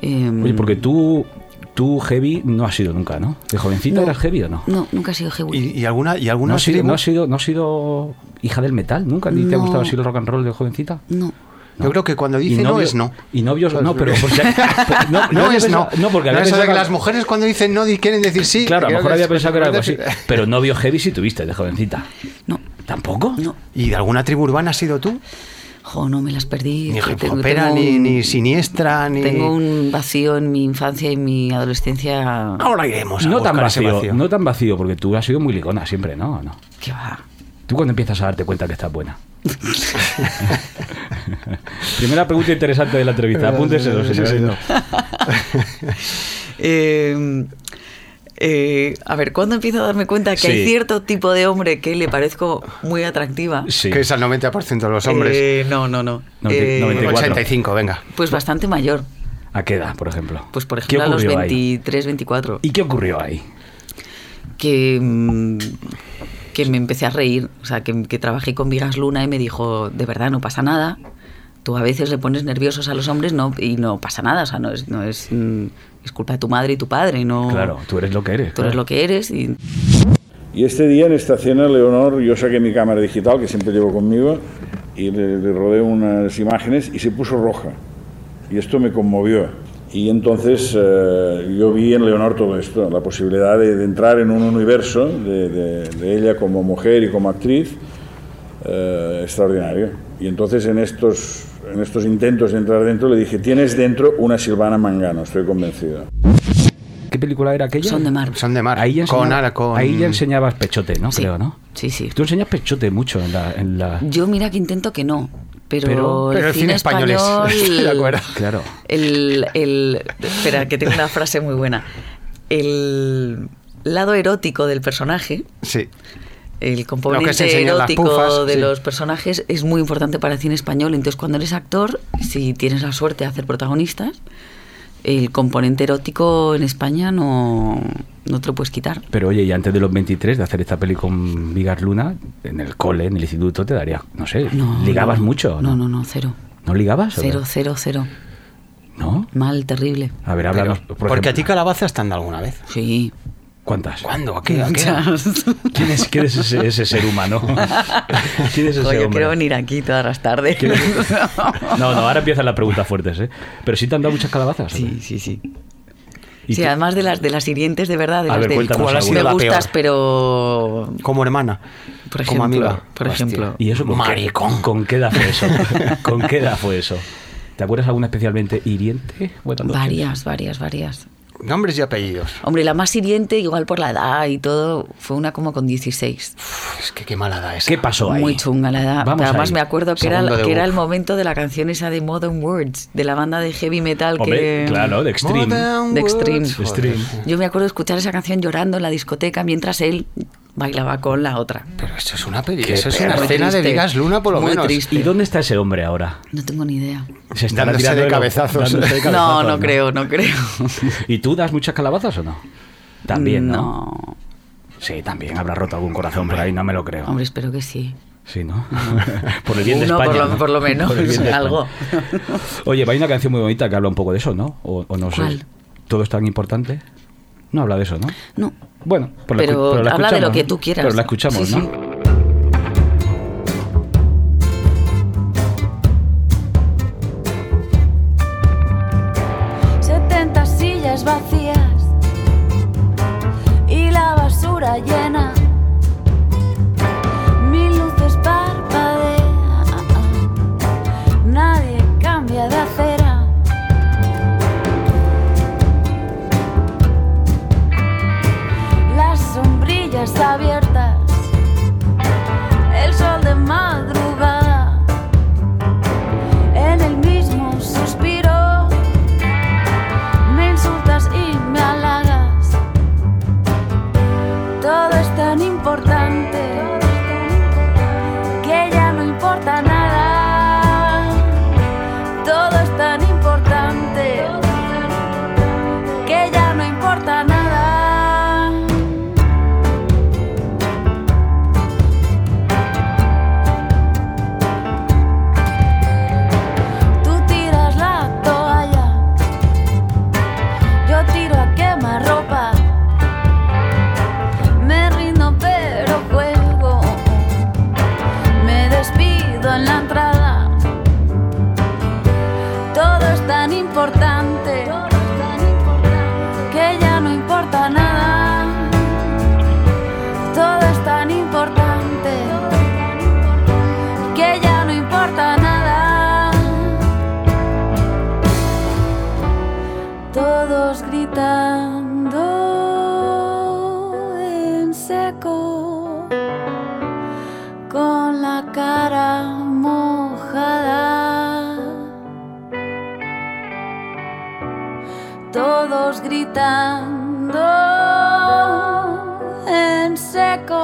Speaker 6: Em,
Speaker 2: Oye, porque tú, tú heavy no has sido nunca, ¿no? ¿De jovencita
Speaker 6: No.
Speaker 2: eras heavy o no?
Speaker 6: No, nunca ha sido Hewitt.
Speaker 3: ¿Y, y alguna, y
Speaker 2: No
Speaker 3: alguna
Speaker 2: has, sido,
Speaker 3: tribu?
Speaker 2: no, has sido, no has sido hija del metal nunca, ni te ha
Speaker 6: No.
Speaker 2: gustado así el rock and roll de jovencita.
Speaker 6: No.
Speaker 3: Yo creo que cuando dice no
Speaker 2: novio-
Speaker 3: es no.
Speaker 2: Y novios,
Speaker 3: ¿Sabes?
Speaker 2: no, pero. pues ya- pues no,
Speaker 3: No
Speaker 2: había
Speaker 3: es no.
Speaker 2: pensado- No, porque
Speaker 3: no
Speaker 2: había
Speaker 3: eso
Speaker 2: pensado
Speaker 3: de que
Speaker 2: que-
Speaker 3: las mujeres cuando dicen no di- quieren decir sí.
Speaker 2: Claro, a lo
Speaker 3: creo
Speaker 2: mejor
Speaker 3: que
Speaker 2: había
Speaker 3: es-
Speaker 2: pensado que era algo así. Pero novio heavy sí tuviste de jovencita.
Speaker 6: No.
Speaker 2: ¿Tampoco?
Speaker 6: No.
Speaker 3: ¿Y de alguna tribu urbana has sido tú?
Speaker 6: Jo, no me las perdí.
Speaker 3: Ni
Speaker 6: que
Speaker 3: hip
Speaker 6: tengo-
Speaker 3: hopera,
Speaker 6: tengo
Speaker 3: ni,
Speaker 6: un-
Speaker 3: ni siniestra, ni.
Speaker 6: Tengo un vacío en mi infancia y mi adolescencia.
Speaker 3: Ahora iremos. A
Speaker 2: No tan
Speaker 3: buscar ese
Speaker 2: vacío,
Speaker 3: vacío.
Speaker 2: no tan vacío, porque tú has sido muy ligona siempre, ¿no? ¿O no?
Speaker 6: que va.
Speaker 2: ¿Tú cuando empiezas a darte cuenta que estás buena? Primera pregunta interesante de la entrevista. Apúnteselo, señores.
Speaker 6: Eh, eh, a ver, ¿cuándo empiezo a darme cuenta que
Speaker 2: Sí.
Speaker 6: hay cierto tipo de hombre que le parezco muy atractiva?
Speaker 2: Sí.
Speaker 3: Que es al 90% de los hombres.
Speaker 6: Eh, no, no, no.
Speaker 2: Noventa-
Speaker 6: Eh,
Speaker 2: noventa y cuatro.
Speaker 3: 85, venga.
Speaker 6: pues bastante mayor.
Speaker 2: ¿A qué edad, por ejemplo?
Speaker 6: Pues por
Speaker 2: ¿Qué
Speaker 6: ejemplo a los
Speaker 2: ocurrió ahí?
Speaker 6: 23, 24.
Speaker 2: ¿Y qué ocurrió ahí?
Speaker 6: que, mm, que me empecé a reír. O sea, que, que trabajé con Vigas Luna y me dijo, de verdad, no pasa nada. Tú a veces le pones nerviosos a los hombres no, y no pasa nada. O sea, no es, no es, mm, es culpa de tu madre y tu padre. No,
Speaker 2: Claro, tú eres lo que eres.
Speaker 6: Oh. Tú eres lo que eres y
Speaker 7: Y este día en esta cena, Leonor, yo saqué mi cámara digital, que siempre llevo conmigo, y le, le rodé unas imágenes y se puso roja. Y esto me conmovió. Y entonces eh, yo vi en Leonor todo esto, la posibilidad de, de entrar en un universo de, de- de ella como mujer y como actriz eh, extraordinario. Y entonces en estos, en estos intentos de entrar dentro le dije, tienes dentro una Silvana Mangano, estoy convencido.
Speaker 2: ¿Qué película era aquella?
Speaker 6: son de mar.
Speaker 3: Son de mar.
Speaker 2: Ahí ya,
Speaker 3: con,
Speaker 2: enseñaba-
Speaker 3: ala- con-
Speaker 2: ahí ya enseñabas pechote, ¿no?
Speaker 6: Sí.
Speaker 2: Creo, ¿no?
Speaker 6: Sí, sí.
Speaker 2: Tú enseñas pechote mucho en la... en la-
Speaker 6: Yo mira que intento que no. Pero,
Speaker 2: Pero-
Speaker 6: el,
Speaker 3: pero
Speaker 6: cine, español,
Speaker 3: Estoy de acuerdo.
Speaker 2: Claro.
Speaker 6: El, el- espera, que tengo una frase muy buena. El lado erótico del personaje
Speaker 3: Sí.
Speaker 6: el componente
Speaker 3: se enseña en las
Speaker 6: erótico
Speaker 3: pufas,
Speaker 6: de
Speaker 3: sí.
Speaker 6: los personajes es muy importante para el cine español. Entonces, cuando eres actor, si tienes la suerte de hacer protagonistas, el componente erótico en España no, no te lo puedes quitar.
Speaker 2: Pero oye, y antes de los 23 de hacer esta peli con Vigas Luna, en el cole, en el instituto, te darías, no sé,
Speaker 6: No,
Speaker 2: ligabas
Speaker 6: no.
Speaker 2: mucho.
Speaker 6: No, no, no, cero.
Speaker 2: ¿No ligabas? o qué?
Speaker 6: Cero, cero, cero.
Speaker 2: ¿No?
Speaker 6: Mal, terrible.
Speaker 2: A ver, háblanos. por
Speaker 3: Porque a ti
Speaker 2: ejemplo.
Speaker 3: calabaza está andando alguna vez.
Speaker 6: Sí.
Speaker 2: ¿Cuántas?
Speaker 3: ¿Cuándo? ¿A qué? ¿A qué?
Speaker 6: Muchas.
Speaker 2: ¿Quién es, quién es ese, ese ser humano? ¿Quién es ese
Speaker 6: Joder, yo
Speaker 2: hombre?
Speaker 6: quiero venir aquí todas las tardes.
Speaker 2: ¿Quién es- No, no, ahora empiezan las preguntas fuertes, ¿eh? Pero sí te han dado muchas calabazas. ¿o
Speaker 6: Sí,
Speaker 2: qué?
Speaker 6: sí, sí.
Speaker 2: ¿Y
Speaker 6: Sí,
Speaker 2: tú?
Speaker 6: además de las de las hirientes, de verdad, de
Speaker 2: A
Speaker 6: las
Speaker 2: ver,
Speaker 6: del
Speaker 2: cuéntanos
Speaker 6: cual
Speaker 2: alguna.
Speaker 6: me
Speaker 3: La
Speaker 6: gustas,
Speaker 3: peor.
Speaker 6: pero
Speaker 3: Como hermana.
Speaker 6: por
Speaker 3: como
Speaker 6: ejemplo,
Speaker 3: amiga.
Speaker 6: por
Speaker 3: Hostia.
Speaker 6: ejemplo.
Speaker 2: ¿Y eso con
Speaker 3: Maricón.
Speaker 2: Qué, ¿Con qué edad fue eso? ¿Con qué edad fue eso? ¿Te acuerdas alguna especialmente hiriente? Bueno, no.
Speaker 6: varias, varias, varias.
Speaker 3: Nombres y apellidos.
Speaker 6: Hombre, la más hiriente, igual por la edad y todo, fue una como con 16.
Speaker 3: Uf, es que qué mala da esa.
Speaker 2: ¿Qué pasó ahí?
Speaker 6: Muy chunga la edad.
Speaker 2: Vamos
Speaker 6: Además,
Speaker 2: ahí.
Speaker 6: me acuerdo que, era,
Speaker 3: Segundo de
Speaker 6: que era
Speaker 3: Uf.
Speaker 6: el momento de la canción esa de Modern Words, de la banda de heavy metal
Speaker 2: Hombre,
Speaker 6: que.
Speaker 2: claro, de Extreme.
Speaker 3: Modern
Speaker 6: De
Speaker 3: Words.
Speaker 6: Extreme.
Speaker 3: Joder.
Speaker 2: Extreme.
Speaker 6: Yo me acuerdo de escuchar esa canción llorando en la discoteca mientras él bailaba con la otra.
Speaker 3: Pero esto es una peli.
Speaker 2: Qué
Speaker 3: Eso es una
Speaker 6: perro.
Speaker 3: escena de
Speaker 6: Triste.
Speaker 3: Vigas Luna, por lo
Speaker 6: Muy
Speaker 3: menos.
Speaker 6: triste.
Speaker 2: ¿Y dónde está ese hombre ahora?
Speaker 6: No tengo ni idea.
Speaker 2: Se estará
Speaker 3: Dándose
Speaker 2: tirando
Speaker 3: de
Speaker 2: los-
Speaker 3: cabezazos.
Speaker 2: dándose de
Speaker 6: No,
Speaker 2: cabezazos,
Speaker 6: no creo, no creo.
Speaker 2: ¿Y tú das muchas calabazas o no? También, ¿no?
Speaker 6: No.
Speaker 2: Sí, también habrá roto algún corazón por ahí, no me lo creo.
Speaker 6: Hombre, espero que sí.
Speaker 2: Sí, ¿no? por el bien de
Speaker 6: Uno,
Speaker 2: España.
Speaker 6: por lo-
Speaker 2: ¿no?
Speaker 6: por lo menos,
Speaker 2: el bien de España.
Speaker 6: algo.
Speaker 2: Oye, hay una canción muy bonita que habla un poco de eso, ¿no? O, o no sé.
Speaker 6: ¿Cuál?
Speaker 2: ¿Todo es tan importante? No habla de eso, ¿no?
Speaker 6: No.
Speaker 2: Bueno, pues la escu-
Speaker 6: Pero
Speaker 2: pero la
Speaker 6: habla de lo
Speaker 2: escuchamos,
Speaker 6: que
Speaker 2: ¿no?
Speaker 6: tú quieras.
Speaker 2: Pero la escuchamos,
Speaker 6: Sí,
Speaker 2: ¿no?
Speaker 6: sí.
Speaker 5: Setenta sillas vacías y la basura llena. Mil luces parpadean, nadie cambia de acera. Las sombrillas abiertas, el sol de madrugada, en el mismo suspiro. Me insultas y me halagas. Todo es tan importante que ya no importa nada. Todo es tan importante que ya no importa nada. Tú tiras la toalla. Yo tiro a quemar ropa. Me rindo pero juego. Me despido en la entrada. Todo es tan importante que ya no importa nada. Todo es tan importante que ya no importa nada. todos gritando en seco, con la cara mojada. Todos gritando en seco,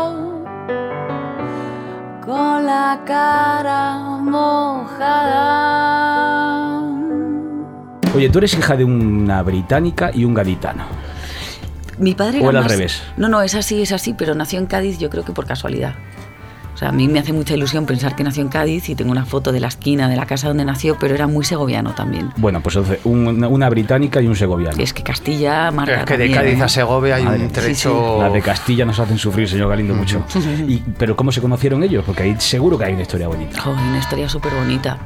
Speaker 5: con la cara mojada.
Speaker 2: Oye, tú eres hija de una británica y un gaditano.
Speaker 6: Mi padre
Speaker 2: ¿O
Speaker 6: era
Speaker 2: era al
Speaker 6: más-
Speaker 2: revés?
Speaker 6: No, no, es así, es así, pero nació en Cádiz yo creo que por casualidad. O sea, a mí me hace mucha ilusión pensar que nació en Cádiz y tengo una foto de la esquina de la casa donde nació, pero era muy segoviano también.
Speaker 2: Bueno, pues entonces, un- una británica y un segoviano.
Speaker 6: Es que Castilla marca
Speaker 3: Es que de
Speaker 6: también,
Speaker 3: Cádiz
Speaker 6: ¿eh?
Speaker 3: a Segovia hay
Speaker 2: Madre mía.
Speaker 3: un trecho.
Speaker 2: Las de Castilla nos hacen sufrir, señor Galindo, mucho. Y- pero ¿cómo se conocieron ellos? Porque ahí seguro que hay una historia bonita.
Speaker 6: Joder, una historia súper bonita.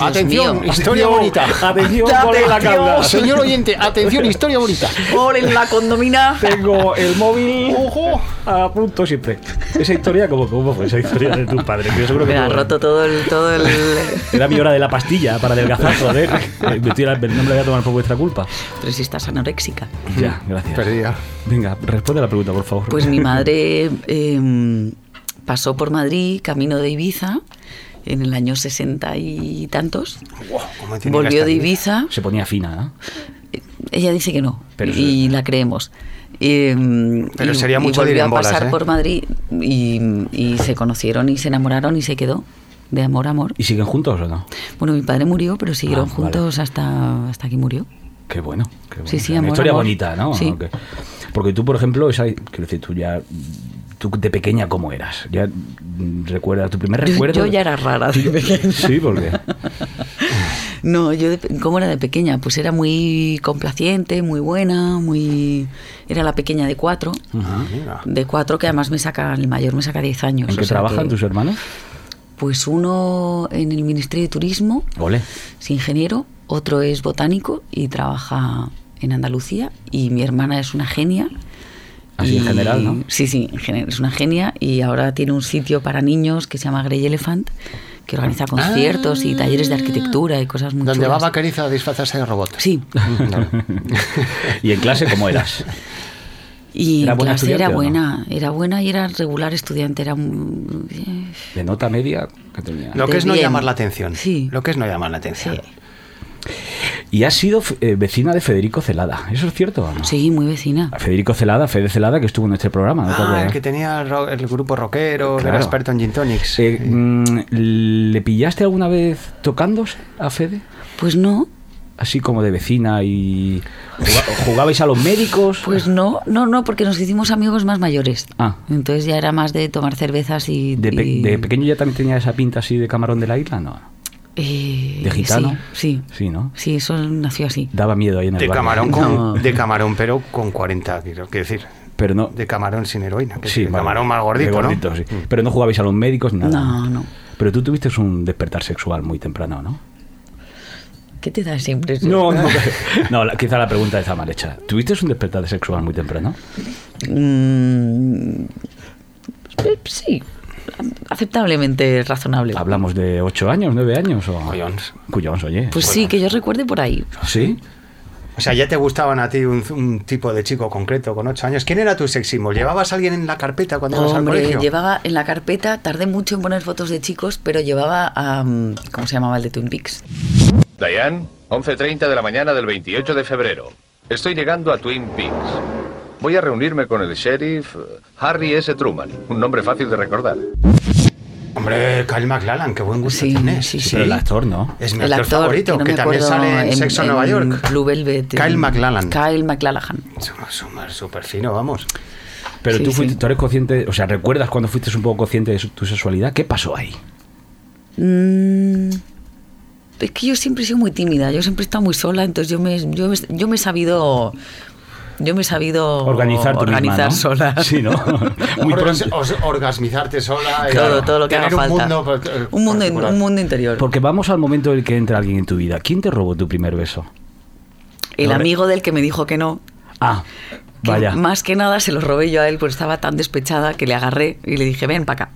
Speaker 3: Atención, historia bonita.
Speaker 2: Atención, ponle la cabra.
Speaker 3: Señor oyente, atención, historia bonita.
Speaker 6: en la condomina!
Speaker 2: Tengo el móvil
Speaker 3: Ojo.
Speaker 2: a punto siempre. Esa historia, ¿cómo, cómo fue esa historia de tu padre? Que yo seguro que
Speaker 6: Me ha
Speaker 2: tuvo-
Speaker 6: roto todo el... Todo el...
Speaker 2: Era mi hora de la pastilla para adelgazar, joder. Me estoy- No me la voy a tomar por vuestra culpa.
Speaker 6: Pero si estás anoréxica.
Speaker 2: Ya, gracias.
Speaker 3: Perdida.
Speaker 2: Venga, responde a la pregunta, por favor.
Speaker 6: Pues mi madre eh, pasó por Madrid, camino de Ibiza, en el año sesenta y tantos.
Speaker 3: Guau, cómo tiene que
Speaker 6: Volvió
Speaker 3: estar
Speaker 6: de
Speaker 3: bien.
Speaker 6: Ibiza.
Speaker 2: Se ponía fina, ¿no?
Speaker 6: Ella dice que no,
Speaker 2: Pero
Speaker 6: y la creemos. Eh,
Speaker 3: Pero
Speaker 6: y-
Speaker 3: sería
Speaker 6: y
Speaker 3: mucho de ir
Speaker 6: volvió
Speaker 3: en
Speaker 6: a
Speaker 3: bolas,
Speaker 6: pasar
Speaker 3: ¿eh?
Speaker 6: por Madrid y, y se conocieron y se enamoraron y se quedó de amor a amor.
Speaker 2: ¿Y siguen juntos o no?
Speaker 6: Bueno, mi padre murió, pero siguieron
Speaker 2: Ah, vale.
Speaker 6: juntos hasta, hasta que murió.
Speaker 2: Qué bueno. qué bueno.
Speaker 6: Sí, sí,
Speaker 2: Una
Speaker 6: amor,
Speaker 2: historia
Speaker 6: amor.
Speaker 2: bonita, ¿no?
Speaker 6: Sí.
Speaker 2: Ok. Porque tú, por ejemplo, esa, quiero decir, tú ya. Tú de pequeña, ¿cómo eras? ¿Ya mm, recuerdas tu primer
Speaker 6: Yo,
Speaker 2: recuerdo?
Speaker 6: yo ya era rara de pequeña.
Speaker 2: Sí, porque.
Speaker 6: No, yo, de pe- ¿cómo era de pequeña? Pues era muy complaciente, muy buena, muy... Era la pequeña de cuatro.
Speaker 3: Ah, Mira.
Speaker 6: De cuatro que además me saca, el mayor me saca 10 años.
Speaker 2: ¿En
Speaker 6: o
Speaker 2: qué
Speaker 6: sea
Speaker 2: trabajan
Speaker 6: que-
Speaker 2: tus hermanos?
Speaker 6: Pues uno en el Ministerio de Turismo,
Speaker 2: Ole.
Speaker 6: es ingeniero, otro es botánico y trabaja en Andalucía y mi hermana es una genia.
Speaker 2: Así en
Speaker 6: Y-
Speaker 2: general, ¿no?
Speaker 6: Sí, sí, en general es una genia y ahora tiene un sitio para niños que se llama Grey Elephant que
Speaker 2: Ah.
Speaker 6: organiza conciertos y talleres de arquitectura y cosas muy
Speaker 3: Donde va
Speaker 6: chulas.
Speaker 3: Vaqueriza a disfrazarse de robot.
Speaker 6: Sí.
Speaker 2: ¿Y en clase cómo eras?
Speaker 6: Y
Speaker 2: ¿Era
Speaker 6: en
Speaker 2: buena
Speaker 6: clase era
Speaker 2: estudiante o no?
Speaker 6: buena, era buena y era regular estudiante, era un- eh,
Speaker 2: ¿De nota media que tenía?
Speaker 3: Lo
Speaker 6: De
Speaker 3: que es no
Speaker 6: bien.
Speaker 3: llamar la atención.
Speaker 6: Sí.
Speaker 3: Lo que es no llamar la atención.
Speaker 6: Sí.
Speaker 2: Y has sido eh, vecina de Federico Celada, ¿eso es cierto o no?
Speaker 6: sí, muy vecina.
Speaker 2: A Federico Celada, Fede Celada, que estuvo en este programa, ¿no te
Speaker 3: Ah, el
Speaker 2: acuerdas?
Speaker 3: que tenía el, ro- el grupo rockero, que
Speaker 2: Claro.
Speaker 3: era experto en gin tonics.
Speaker 2: Eh, mm, ¿Le pillaste alguna vez tocándose a Fede?
Speaker 6: Pues no,
Speaker 2: Así como de vecina y... juga- ¿Jugabais a los médicos?
Speaker 6: Pues no, no, no, porque nos hicimos amigos más mayores.
Speaker 2: Ah.
Speaker 6: Entonces ya era más de tomar cervezas y...
Speaker 2: De, pe-
Speaker 6: y-
Speaker 2: de pequeño ya también tenía esa pinta así de camarón de la isla? No.
Speaker 6: eh,
Speaker 2: ¿De gitano?
Speaker 6: Sí, sí.
Speaker 2: Sí, ¿no?
Speaker 6: Sí, eso nació así.
Speaker 2: Daba miedo ahí en el
Speaker 3: de,
Speaker 2: barrio.
Speaker 3: camarón con-
Speaker 6: No.
Speaker 3: de camarón, pero con 40, quiero quiero decir.
Speaker 2: Pero no...
Speaker 3: De camarón sin heroína. que
Speaker 2: Sí,
Speaker 3: es el
Speaker 2: vale.
Speaker 3: camarón más gordito,
Speaker 2: De
Speaker 3: ¿no? Mm.
Speaker 2: sí. Pero no jugabais a los médicos ni nada.
Speaker 6: No, no.
Speaker 2: Pero tú tuviste un despertar sexual muy temprano, ¿no?
Speaker 6: ¿Qué te da siempre eso?
Speaker 2: No, no. no, la- quizá la pregunta está mal hecha. ¿Tuviste un despertar sexual muy temprano?
Speaker 6: Mm, eh, sí, aceptablemente razonable.
Speaker 2: Hablamos de 8 años, 9 años o...
Speaker 3: Collons.
Speaker 2: Cuyons, oye.
Speaker 6: Pues sí, que yo recuerde por ahí.
Speaker 2: ¿Sí?
Speaker 3: O sea, ya te gustaban a ti un, un tipo de chico concreto con 8 años. ¿Quién era tu sex symbol? ¿Llevabas a alguien en la carpeta cuando ibas al
Speaker 6: Hombre,
Speaker 3: colegio?
Speaker 6: llevaba en la carpeta, tardé mucho en poner fotos de chicos, pero llevaba a... mm, ¿Cómo se llamaba el de Twin Peaks?
Speaker 8: Diane, 11.30 de la mañana del 28 de febrero. Estoy llegando a Twin Peaks. Voy a reunirme con el sheriff eh, Harry S. Truman, un nombre fácil de recordar.
Speaker 3: Hombre, Kyle MacLachlan, qué buen gusto
Speaker 6: Sí,
Speaker 3: tienes.
Speaker 6: sí, sí.
Speaker 2: Pero el actor, ¿no?
Speaker 3: Es mi
Speaker 6: el
Speaker 3: actor,
Speaker 6: actor
Speaker 3: favorito, que,
Speaker 6: no me
Speaker 3: también
Speaker 6: acuerdo,
Speaker 3: sale en, Sexo en Nueva York.
Speaker 6: Blue Velvet.
Speaker 3: Kyle
Speaker 6: en-
Speaker 3: MacLachlan.
Speaker 6: Kyle McLachlan.
Speaker 3: Súper, súper fino, vamos.
Speaker 2: Pero
Speaker 6: Sí,
Speaker 2: tú, fuiste,
Speaker 6: sí.
Speaker 2: tú eres consciente, o sea, ¿recuerdas cuando fuiste un poco consciente de su- tu sexualidad? ¿Qué pasó ahí?
Speaker 6: Mm, Es que yo siempre he sido muy tímida, yo siempre he estado muy sola, entonces yo me, yo me, yo me he sabido... Yo me he sabido
Speaker 2: Organizar tú misma,
Speaker 6: Oh,
Speaker 2: ¿no?
Speaker 6: organizar sola.
Speaker 2: Sí, ¿no? Muy
Speaker 3: Orgas-
Speaker 2: pronto.
Speaker 3: os- orgasmizarte sola. eh,
Speaker 6: Todo, todo lo que
Speaker 3: tener
Speaker 6: haga
Speaker 3: un
Speaker 6: falta.
Speaker 3: mundo, eh,
Speaker 6: un, mundo in-
Speaker 3: particular.
Speaker 6: un mundo interior.
Speaker 2: Porque vamos al momento en el que entra alguien en tu vida. ¿Quién te robó tu primer beso?
Speaker 6: el
Speaker 2: no,
Speaker 6: amigo del que me dijo que no,
Speaker 2: Ah,
Speaker 6: que
Speaker 2: vaya.
Speaker 6: más que nada se lo robé yo a él, pues estaba tan despechada que le agarré y le dije, ven para acá.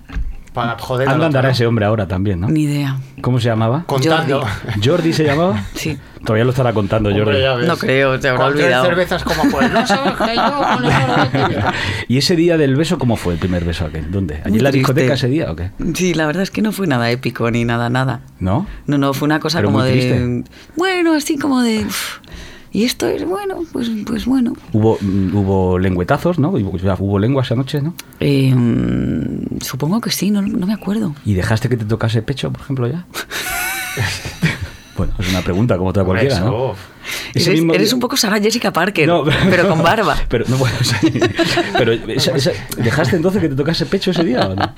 Speaker 3: Para joder al
Speaker 2: Anda
Speaker 3: otro,
Speaker 2: andará
Speaker 3: ¿no?
Speaker 2: ese hombre ahora también, ¿no?
Speaker 6: Ni idea.
Speaker 2: ¿Cómo se llamaba?
Speaker 3: Contando.
Speaker 6: Jordi.
Speaker 2: ¿Jordi se llamaba?
Speaker 6: Sí.
Speaker 2: Todavía lo estará contando
Speaker 3: Hombre,
Speaker 2: Jordi.
Speaker 3: ya ves.
Speaker 6: No creo, se habrá
Speaker 3: Con tres
Speaker 6: olvidado.
Speaker 3: cervezas como pues, no sabes que yo con eso no me-
Speaker 2: ¿Y ese día del beso cómo fue el primer beso aquel? ¿Dónde? ¿Allí
Speaker 6: Muy
Speaker 2: en la
Speaker 6: triste.
Speaker 2: discoteca ese día o qué?
Speaker 6: Sí, la verdad es que no fue nada épico ni nada, nada.
Speaker 2: ¿No?
Speaker 6: No, no, fue una cosa
Speaker 2: Pero
Speaker 6: como
Speaker 2: muy
Speaker 6: de.
Speaker 2: triste.
Speaker 6: Bueno, así como de. uf, y esto es bueno, pues, pues bueno.
Speaker 2: Hubo, mm, hubo lengüetazos, ¿no? Hubo, hubo lengua esa noche, ¿no?
Speaker 6: Eh, mm, supongo que sí, no, no me acuerdo.
Speaker 2: ¿Y dejaste que te tocase pecho, por ejemplo, ya? bueno, es una pregunta como otra cualquiera, ¿no?
Speaker 3: Eso.
Speaker 2: Ese
Speaker 6: Eres,
Speaker 2: mismo
Speaker 6: eres
Speaker 2: día-
Speaker 6: un poco Sara Jessica Parker,
Speaker 2: No,
Speaker 6: pero con barba.
Speaker 2: Pero, no, bueno, sí. Pero esa- esa- ¿dejaste entonces que te tocase pecho ese día o no?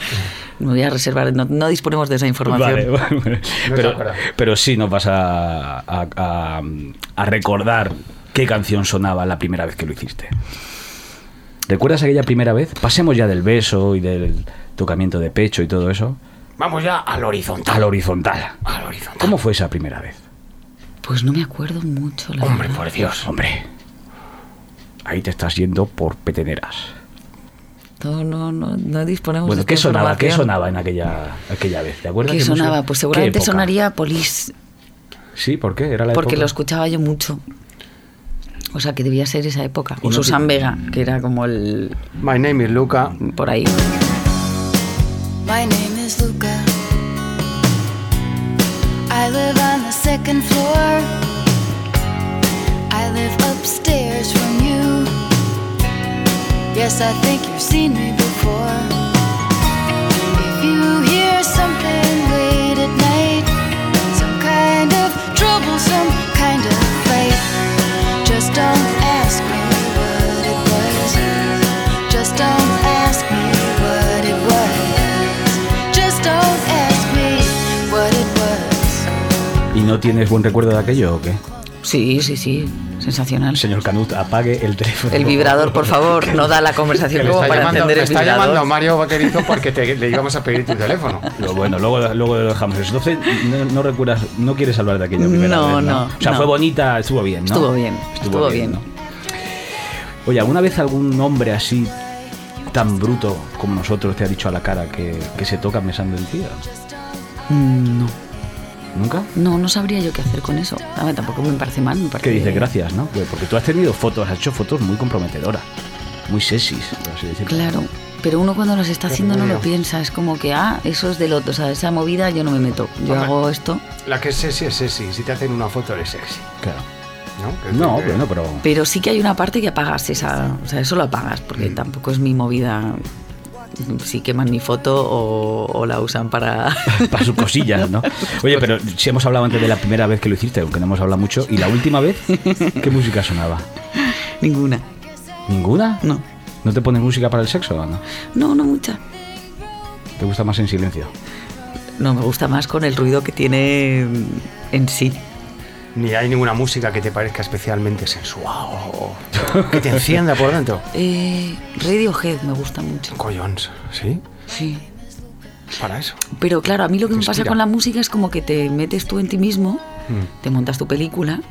Speaker 6: Me voy a reservar, no, no disponemos de esa información.
Speaker 2: Vale, bueno, bueno. pero,
Speaker 3: acuerdas.
Speaker 2: pero sí nos vas a, a- a- a recordar qué canción sonaba la primera vez que lo hiciste. ¿Recuerdas aquella primera vez? Pasemos ya del beso y del tocamiento de pecho y todo eso
Speaker 3: Vamos ya al horizontal.
Speaker 2: al horizontal.
Speaker 3: Al horizontal.
Speaker 2: ¿Cómo fue esa primera vez?
Speaker 6: Pues no me acuerdo mucho, la
Speaker 3: Hombre,
Speaker 6: verdad.
Speaker 3: por Dios.
Speaker 2: Hombre, ahí te estás yendo por peteneras.
Speaker 6: No, no, no, no disponemos de
Speaker 2: Bueno,
Speaker 6: esta
Speaker 2: ¿qué sonaba? ¿Qué
Speaker 6: información.
Speaker 2: sonaba en aquella, aquella vez? ¿Te acuerdas?
Speaker 6: ¿Qué
Speaker 2: qué
Speaker 6: sonaba?
Speaker 2: música?
Speaker 6: Pues
Speaker 2: ¿Qué
Speaker 6: seguramente
Speaker 2: época?
Speaker 6: sonaría Polis,
Speaker 2: Sí, ¿por qué? Era la
Speaker 6: porque
Speaker 2: época.
Speaker 6: lo escuchaba yo mucho. O sea, que debía ser esa época.
Speaker 2: Y
Speaker 6: O
Speaker 2: no te-
Speaker 6: Susan Vega, que era como el...
Speaker 3: My name is Luca.
Speaker 6: por ahí.
Speaker 5: My name is Luca. I live on the second floor. I live upstairs from you. Yes, I think you've seen me before. If you hear something late at night, some kind of trouble, some kind of fight,
Speaker 2: no tienes buen recuerdo de aquello o qué?
Speaker 6: Sí, sí, sí. Sensacional.
Speaker 2: Señor Canut, apague el teléfono.
Speaker 6: El vibrador, por favor. No da la
Speaker 3: Que
Speaker 6: conversación
Speaker 3: le
Speaker 6: como
Speaker 3: está,
Speaker 6: para
Speaker 3: llamando,
Speaker 6: encender
Speaker 3: le
Speaker 6: el
Speaker 3: está llamando
Speaker 6: vibrador.
Speaker 3: Mario Vaquerizo porque te- le íbamos a pedir tu teléfono.
Speaker 2: Lo bueno, luego, luego lo dejamos. Entonces, no, no recuerdas, no quieres hablar de aquella primera
Speaker 6: No,
Speaker 2: vez,
Speaker 6: no,
Speaker 2: O sea,
Speaker 6: no.
Speaker 2: fue bonita, estuvo bien, ¿no?
Speaker 6: Estuvo bien, estuvo bien.
Speaker 2: Oye, ¿alguna vez algún hombre así tan bruto como nosotros te ha dicho a la cara que, que se toca pensando en ti?
Speaker 6: Mm, No.
Speaker 2: ¿Nunca?
Speaker 6: No, no sabría yo qué hacer con eso. A ver, tampoco me parece mal. Me parece
Speaker 2: Que dices gracias, ¿no? Pues Porque tú has tenido fotos, has hecho fotos muy comprometedoras, muy sexys, por así decirlo.
Speaker 6: Claro. Pero uno cuando las está haciendo no lo
Speaker 3: Bienvenido.
Speaker 6: piensa. Es como que, ah, eso es del otro. O sea, esa movida yo no me meto. Yo
Speaker 3: Hombre.
Speaker 6: hago esto.
Speaker 3: La que es sexy es sexy. Si te hacen una foto eres sexy.
Speaker 2: Claro.
Speaker 3: ¿no? Que-
Speaker 2: No,
Speaker 3: que-
Speaker 2: bueno, pero.
Speaker 6: Pero sí que hay una parte que apagas esa. O sea, eso lo apagas porque tampoco es mi movida. Si queman mi foto o, o la usan para.
Speaker 2: para sus cosillas, ¿no? Oye, pero si hemos hablado antes de la primera vez que lo hiciste, aunque no hemos hablado mucho, y la última vez, ¿qué música sonaba?
Speaker 6: Ninguna.
Speaker 2: ¿Ninguna?
Speaker 6: No.
Speaker 2: ¿No te pones música para el sexo o no?
Speaker 6: No, no mucha.
Speaker 2: ¿Te gusta más en silencio?
Speaker 6: No, me gusta más con el ruido que tiene en sí.
Speaker 3: Ni hay ninguna música que te parezca especialmente sensual o que te encienda por dentro.
Speaker 6: Eh, Radiohead me gusta mucho.
Speaker 3: Collons, ¿sí?
Speaker 6: Sí.
Speaker 3: Para eso.
Speaker 6: Pero claro, a mí lo que me pasa
Speaker 3: Respira.
Speaker 6: con la música es como que te metes tú en ti mismo, te montas tu película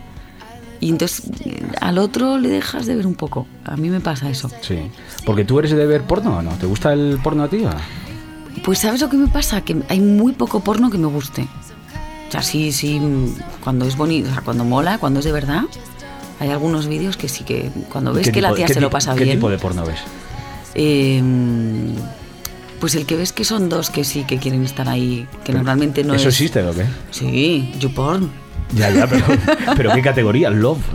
Speaker 6: y entonces eh, al otro le dejas de ver un poco. A mí me pasa eso.
Speaker 2: Sí. Porque tú eres de ver porno o no? ¿Te gusta el porno a ti? o no?
Speaker 6: Pues ¿sabes lo que me pasa? Que hay muy poco porno que me guste. O sea, sí, sí, mm, cuando es bonito, o sea, cuando mola, cuando es de verdad. Hay algunos vídeos que sí que cuando ves
Speaker 2: ¿Qué
Speaker 6: que la
Speaker 2: tipo-
Speaker 6: tía
Speaker 2: qué
Speaker 6: se lo
Speaker 2: ti-
Speaker 6: pasa
Speaker 2: ¿Qué
Speaker 6: bien,
Speaker 2: tipo de porno ves?
Speaker 6: eh, pues el que ves que son dos que sí que quieren estar ahí, que normalmente no
Speaker 2: ¿Eso
Speaker 6: es...
Speaker 2: existe o qué?
Speaker 6: Sí, YouPorn.
Speaker 2: Ya, ya, pero, pero ¿qué categoría? Love.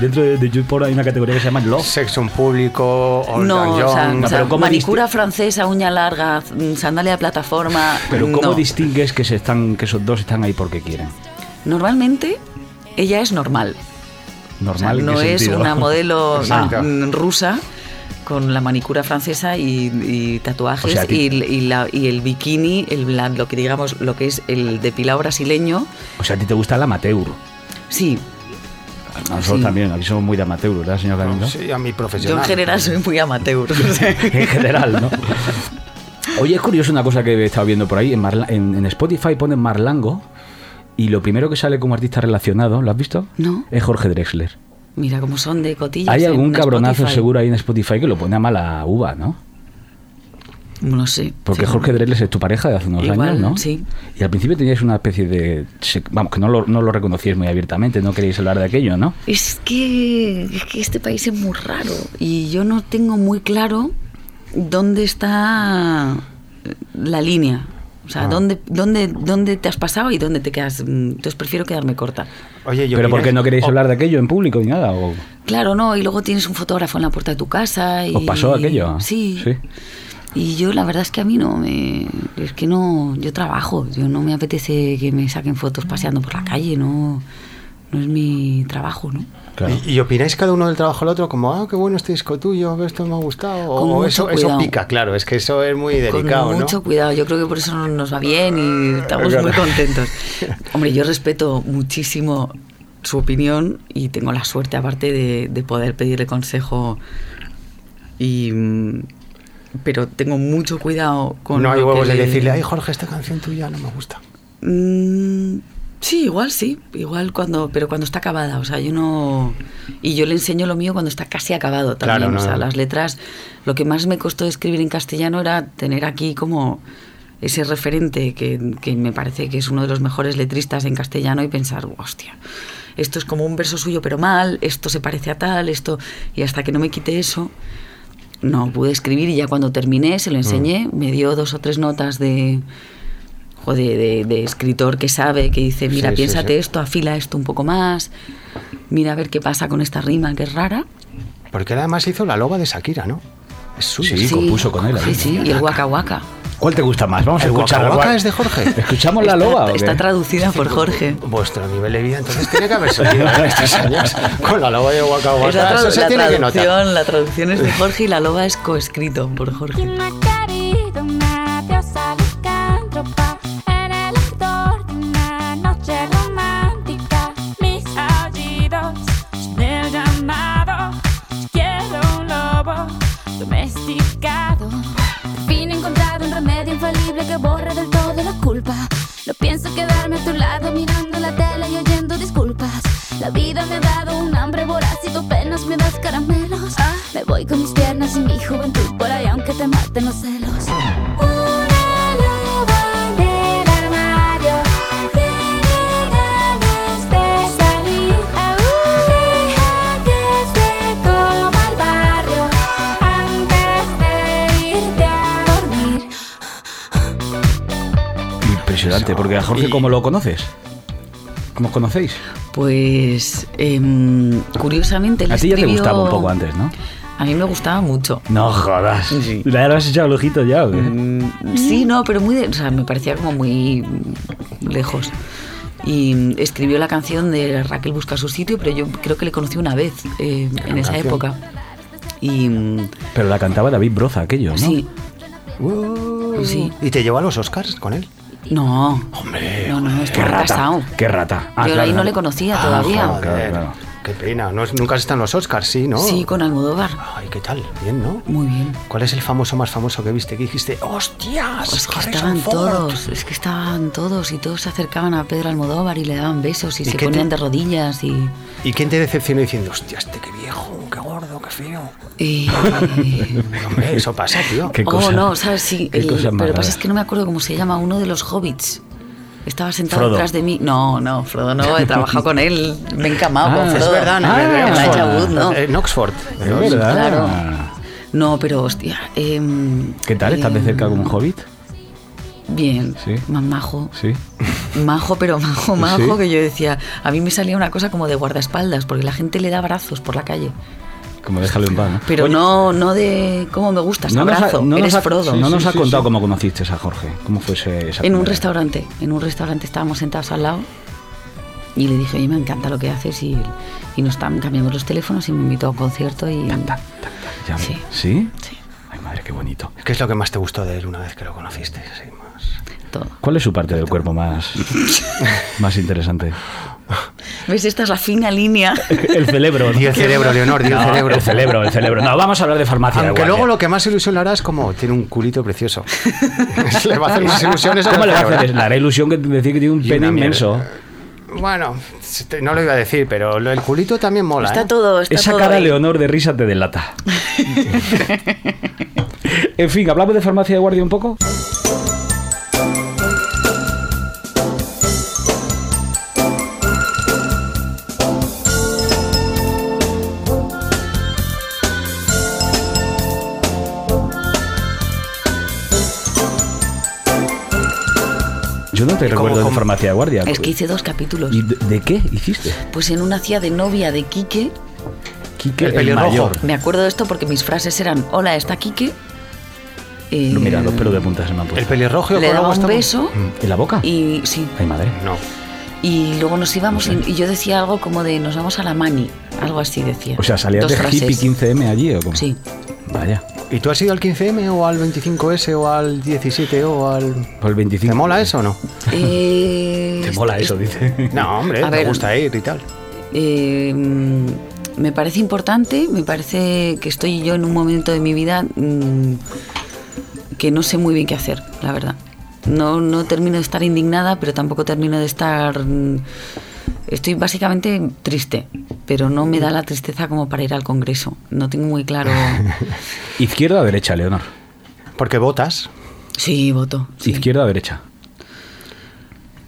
Speaker 2: Dentro de, de YouPorn hay una categoría que se llama Love.
Speaker 3: Sexo en público, Old
Speaker 6: No,
Speaker 3: Dan
Speaker 6: o sea,
Speaker 3: Young.
Speaker 6: o sea,
Speaker 2: pero ¿cómo
Speaker 6: manicura francesa, uña larga, mm, sandalia de plataforma.
Speaker 2: Pero ¿cómo
Speaker 6: no.
Speaker 2: distingues que, se están, que esos dos están ahí porque quieren?
Speaker 6: Normalmente ella es normal. O sea,
Speaker 2: Normal. ¿en
Speaker 6: no
Speaker 2: qué
Speaker 6: es
Speaker 2: sentido?
Speaker 6: una modelo
Speaker 2: Ah.
Speaker 6: mm, rusa con la manicura francesa y, y tatuajes
Speaker 2: O sea, a ti-
Speaker 6: y, l- y la- y el bikini, el, la- lo que digamos, lo que es el depilado brasileño.
Speaker 2: O sea, a ti te gusta el amateur.
Speaker 6: Sí,
Speaker 2: A nosotros
Speaker 6: Sí.
Speaker 2: también, aquí somos muy de amateur, ¿verdad, señor Galindo?
Speaker 3: Sí, a mi
Speaker 2: Pues
Speaker 6: yo
Speaker 3: profesional.
Speaker 6: en general soy muy amateur. o sea,
Speaker 2: en general, ¿no? Oye, es curioso una cosa que he estado viendo por ahí. En, Marla- en- en Spotify ponen Marlango y lo primero que sale como artista relacionado, ¿lo has visto?
Speaker 6: No.
Speaker 2: Es Jorge Drexler.
Speaker 6: Mira cómo son de cotillas.
Speaker 2: Hay
Speaker 6: en
Speaker 2: algún cabronazo
Speaker 6: Spotify.
Speaker 2: seguro ahí en Spotify que lo pone a mala uva, ¿no?
Speaker 6: No sé.
Speaker 2: Porque
Speaker 6: sí.
Speaker 2: Jorge Drexler es tu pareja de hace unos
Speaker 6: Igual,
Speaker 2: años, ¿no?
Speaker 6: sí.
Speaker 2: Y al principio teníais una especie de... se- Vamos, que no lo, no lo reconocíais muy abiertamente, no queríais hablar de aquello, ¿no?
Speaker 6: Es que, es que este país es muy raro y yo no tengo muy claro dónde está la línea. O
Speaker 2: Ah.
Speaker 6: sea, dónde, dónde, dónde te has pasado y dónde te quedas. Mm, Entonces prefiero quedarme corta.
Speaker 3: Oye, yo
Speaker 2: Pero ¿por qué no queréis
Speaker 3: o-
Speaker 2: hablar de aquello en público ni nada? ¿O
Speaker 6: Claro, no, y luego tienes un fotógrafo en la puerta de tu casa. Y,
Speaker 2: ¿Os pasó aquello?
Speaker 6: Sí.
Speaker 2: Sí.
Speaker 6: Y yo la verdad es que a mí no me... Es que no... Yo trabajo, yo no me apetece que me saquen fotos paseando por la calle, no, no es mi trabajo, ¿no?
Speaker 2: Claro.
Speaker 3: ¿Y, y opináis cada uno del trabajo al otro? Como, ah, qué bueno este disco tuyo, que esto me ha gustado.
Speaker 6: Con
Speaker 3: O
Speaker 6: mucho
Speaker 3: eso, eso
Speaker 6: cuidado.
Speaker 3: pica, claro, es que eso es muy delicado,
Speaker 6: con mucho
Speaker 3: ¿no? Ah,
Speaker 6: cuidado. Yo creo que por eso no nos va bien y estamos
Speaker 7: Claro.
Speaker 6: muy contentos. Hombre, yo respeto muchísimo su opinión y tengo la suerte aparte de, de poder pedirle consejo y mm, pero tengo mucho cuidado con
Speaker 3: no hay
Speaker 6: lo que
Speaker 3: huevos de
Speaker 6: le-
Speaker 3: decirle, ay, Jorge, esta canción tuya no me gusta.
Speaker 6: Mm, sí, igual sí, igual cuando, pero cuando está acabada, o sea, yo no y yo le enseño lo mío cuando está casi acabado también,
Speaker 3: Claro, no,
Speaker 6: o sea,
Speaker 3: no.
Speaker 6: las letras, lo que más me costó escribir en castellano era tener aquí como ese referente que, que me parece que es uno de los mejores letristas en castellano y pensar, hostia, esto es como un verso suyo pero mal, esto se parece a tal, esto y hasta que no me quite eso, no pude escribir y ya cuando terminé se lo enseñé,
Speaker 2: Mm.
Speaker 6: me dio dos o tres notas de o de, de- de escritor que sabe, que dice, mira,
Speaker 3: Sí, sí,
Speaker 6: piénsate
Speaker 3: sí.
Speaker 6: esto, afila esto un poco más, mira a ver qué pasa con esta rima que es rara.
Speaker 3: Porque él además hizo la loba de Shakira, ¿no? Es suyo.
Speaker 2: Sí, compuso con él,
Speaker 6: Sí,
Speaker 2: ¿eh?
Speaker 6: sí, y el Waka Waka.
Speaker 2: ¿Cuál te gusta más? Vamos a
Speaker 3: El
Speaker 2: escuchar.
Speaker 3: Waka Waka
Speaker 2: ¿Cuál-
Speaker 3: es de Jorge.
Speaker 2: ¿Escuchamos la
Speaker 6: Está-
Speaker 2: loba? o qué?
Speaker 6: Está traducida por Jorge.
Speaker 3: Vuestro nivel de vida, entonces tiene que haber salido en estos años con la loba de Waka Waka.
Speaker 6: Esa
Speaker 3: eso
Speaker 6: tradu-
Speaker 3: se
Speaker 6: la,
Speaker 3: tiene que notar.
Speaker 6: traducción, la traducción es de Jorge y la loba es coescrito por Jorge.
Speaker 5: ¿Quién ha querido una diosa licántropa? Era el actor de una noche romántica.
Speaker 9: que borre del todo la culpa. No pienso quedarme a tu lado mirando la tele y oyendo disculpas. La vida me ha dado un hambre voraz y tú apenas me das caramelos. Ah, Me voy con mis piernas y mi juventud por ahí aunque te maten los celos. Una loba en el armario tiene ganas de salir. Aún deja que se coma el barrio antes de irte a dormir.
Speaker 2: Impresionante, porque a Jorge, ¿cómo lo conoces? ¿Cómo os conocéis?
Speaker 6: Pues em, curiosamente él
Speaker 2: A ti ya te
Speaker 6: escribió-
Speaker 2: gustaba un poco antes, ¿no?
Speaker 6: A mí me gustaba mucho.
Speaker 2: No jodas. ¿Le has echado el ojito ya o qué?
Speaker 6: Mm. Sí,
Speaker 2: Mm.
Speaker 6: no, pero muy, de- o sea, me parecía como muy lejos. Y mm, escribió la canción de Raquel busca su sitio, pero yo creo que le conocí una vez eh, en esa
Speaker 3: canción.
Speaker 6: época. Y mm,
Speaker 2: Pero la cantaba David Broza, aquello, ¿no?
Speaker 6: sí,
Speaker 3: Uh,
Speaker 6: Sí.
Speaker 3: Y te llevó a los Oscars con él.
Speaker 6: no,
Speaker 2: Hombre,
Speaker 6: no, no,
Speaker 2: qué
Speaker 6: estaba
Speaker 2: rata.
Speaker 6: casado.
Speaker 2: Qué rata. Ah,
Speaker 6: yo
Speaker 2: claro,
Speaker 6: ahí no
Speaker 2: claro.
Speaker 6: le conocía todavía.
Speaker 2: joder. Claro, claro.
Speaker 3: Qué pena. No, es- nunca están los Oscars, sí, ¿no?
Speaker 6: Sí, con Almodóvar.
Speaker 3: Ay, ¿qué tal? Bien, ¿no?
Speaker 6: Muy bien.
Speaker 3: ¿Cuál es el famoso más famoso que viste? Que dijiste, ¡hostias!
Speaker 6: Pues Es que
Speaker 3: Harrison
Speaker 6: estaban
Speaker 3: Ford".
Speaker 6: todos, es que estaban todos y todos se acercaban a Pedro Almodóvar y le daban besos y,
Speaker 3: ¿Y
Speaker 6: se
Speaker 3: qué te-
Speaker 6: ponían de rodillas y...
Speaker 3: ¿Y quién te decepcionó diciendo, hostia, este qué viejo, qué gordo, qué feo?
Speaker 6: y-
Speaker 3: Hombre, eso pasa, tío.
Speaker 2: Qué
Speaker 6: oh,
Speaker 2: cosa-
Speaker 6: no, sabes, sí,
Speaker 2: qué
Speaker 6: el-
Speaker 2: cosa más
Speaker 6: pero
Speaker 2: rara.
Speaker 6: pasa es que no me acuerdo cómo se llama, uno de los hobbits. Estaba sentado
Speaker 2: Frodo.
Speaker 6: detrás de mí. No, no, Frodo no, he trabajado con él, me he encamado
Speaker 2: Ah,
Speaker 6: con
Speaker 2: es
Speaker 6: Frodo.
Speaker 2: verdad, no, en
Speaker 6: En Elijah
Speaker 2: Oxford.
Speaker 6: Wood, no.
Speaker 3: En Oxford.
Speaker 2: Es verdad.
Speaker 6: Claro. No, pero hostia. em,
Speaker 2: ¿Qué tal? ¿Estás de
Speaker 6: em,
Speaker 2: cerca con un hobbit?
Speaker 6: Bien,
Speaker 2: Sí.
Speaker 6: más majo.
Speaker 2: Sí.
Speaker 6: Majo, pero majo, majo,
Speaker 2: Sí.
Speaker 6: que yo decía, a mí me salía una cosa como de guardaespaldas, porque la gente le da brazos por la calle.
Speaker 2: Como déjalo en paz, ¿no?
Speaker 6: Pero
Speaker 2: Ah. Oye,
Speaker 6: no, no de cómo me gustas,
Speaker 2: no nos ha-
Speaker 6: abrazo,
Speaker 2: no nos
Speaker 6: eres
Speaker 2: ha-
Speaker 6: Frodo.
Speaker 2: No nos
Speaker 7: sí,
Speaker 2: ha
Speaker 7: sí,
Speaker 2: contado
Speaker 7: sí.
Speaker 2: cómo conociste a Jorge. ¿Cómo fue ese- esa
Speaker 6: En un
Speaker 2: primera-
Speaker 6: restaurante, en un restaurante estábamos sentados al lado y le dije, oye, me encanta lo que haces y, y nos tam- cambiamos los teléfonos y me invitó a un concierto y...
Speaker 2: Ya-
Speaker 6: Sí.
Speaker 2: ¿Sí?
Speaker 6: Sí,
Speaker 2: Ay, madre, qué bonito.
Speaker 3: ¿Qué es lo que más te gustó de él una vez que lo conociste? Sí, más.
Speaker 6: todo.
Speaker 2: ¿Cuál es su parte del cuerpo más, más interesante?
Speaker 6: ¿Ves? Esta es la fina línea.
Speaker 2: El cerebro.
Speaker 3: Di el cerebro, Leonor, di el
Speaker 2: No,
Speaker 3: cerebro.
Speaker 2: El cerebro, el cerebro. No, vamos a hablar de farmacia.
Speaker 3: Aunque
Speaker 2: igual,
Speaker 3: luego
Speaker 2: eh.
Speaker 3: lo que más ilusión le hará es como, tiene un culito precioso. le va a hacer más ilusiones
Speaker 2: ¿Cómo le va a hacer? Le hará ilusión que decir que tiene un
Speaker 3: ¿eh? Y
Speaker 2: pene
Speaker 3: una mierda.
Speaker 2: inmenso.
Speaker 3: Bueno, este, no lo iba a decir, pero lo- el culito también mola.
Speaker 6: Está
Speaker 3: ¿eh?
Speaker 6: todo, está
Speaker 2: Esa
Speaker 6: todo
Speaker 2: cara,
Speaker 6: ahí.
Speaker 2: Leonor, de risa te delata. en fin, ¿hablamos de farmacia de guardia un poco? Yo no te
Speaker 3: cómo-
Speaker 2: recuerdo de
Speaker 3: cómo?
Speaker 2: farmacia de guardia.
Speaker 6: Es que hice dos capítulos.
Speaker 2: pues. ¿Y de, de qué hiciste?
Speaker 6: Pues en una hacía de novia de Quique.
Speaker 2: Quique
Speaker 3: El pelirrojo.
Speaker 6: Me acuerdo de esto porque mis frases eran, hola, está Quique. Eh,
Speaker 2: No, mira, los pelos de punta se me han
Speaker 3: El
Speaker 2: puesto.
Speaker 3: pelirrojo
Speaker 6: le
Speaker 3: con
Speaker 6: daba
Speaker 3: algo
Speaker 6: un
Speaker 3: estaba-
Speaker 6: beso
Speaker 2: ¿En la boca?
Speaker 6: y sí,
Speaker 2: Ay, madre.
Speaker 3: No.
Speaker 6: Y luego nos íbamos y, y yo decía algo como de nos vamos a la mani, algo así decía.
Speaker 2: O sea, salías
Speaker 6: Dos
Speaker 2: de
Speaker 6: frases.
Speaker 2: hippie 15M allí o cómo?
Speaker 6: Sí.
Speaker 2: Vaya.
Speaker 3: ¿Y tú has ido al 15M o al 25S o al 17 o al...
Speaker 2: Por el 25.
Speaker 3: ¿Te mola eso o no?
Speaker 6: Eh,
Speaker 2: Te mola eso, dice.
Speaker 3: No, hombre,
Speaker 6: A
Speaker 3: me
Speaker 6: ver.
Speaker 3: gusta ir y tal.
Speaker 6: eh, mm, me parece importante, me parece que estoy yo en un momento de mi vida mm, que no sé muy bien qué hacer, la verdad. No, no termino de estar indignada, pero tampoco termino de estar... mm, Estoy básicamente triste, pero no me da la tristeza como para ir al Congreso. No tengo muy claro...
Speaker 2: Izquierda o derecha, Leonor.
Speaker 3: Porque votas.
Speaker 6: Sí, voto. sí.
Speaker 2: Izquierda o derecha.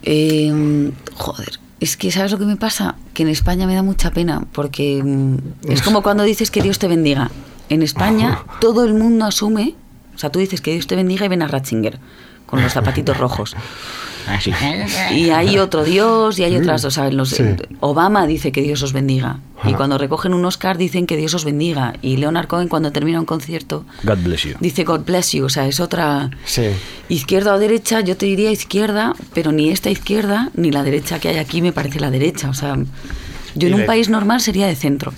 Speaker 6: Eh, joder, es que ¿sabes lo que me pasa? Que en España me da mucha pena, porque mm, es como cuando dices que Dios te bendiga. En España todo el mundo asume, o sea, tú dices que Dios te bendiga y ven a Ratzinger con los zapatitos rojos.
Speaker 3: Ah,
Speaker 6: Y hay otro Dios y hay otras, o sea, en los-
Speaker 3: Sí.
Speaker 6: Obama dice que Dios os bendiga. Y cuando recogen un Oscar dicen que Dios os bendiga. Y Leonard Cohen cuando termina un concierto
Speaker 2: God bless you.
Speaker 6: dice God bless you, o sea, es otra...
Speaker 3: Sí.
Speaker 6: Izquierda o derecha, yo te diría izquierda, pero ni esta izquierda ni la derecha que hay aquí me parece la derecha. O sea, yo
Speaker 3: Y
Speaker 6: en un
Speaker 3: de-
Speaker 6: país normal sería de centro.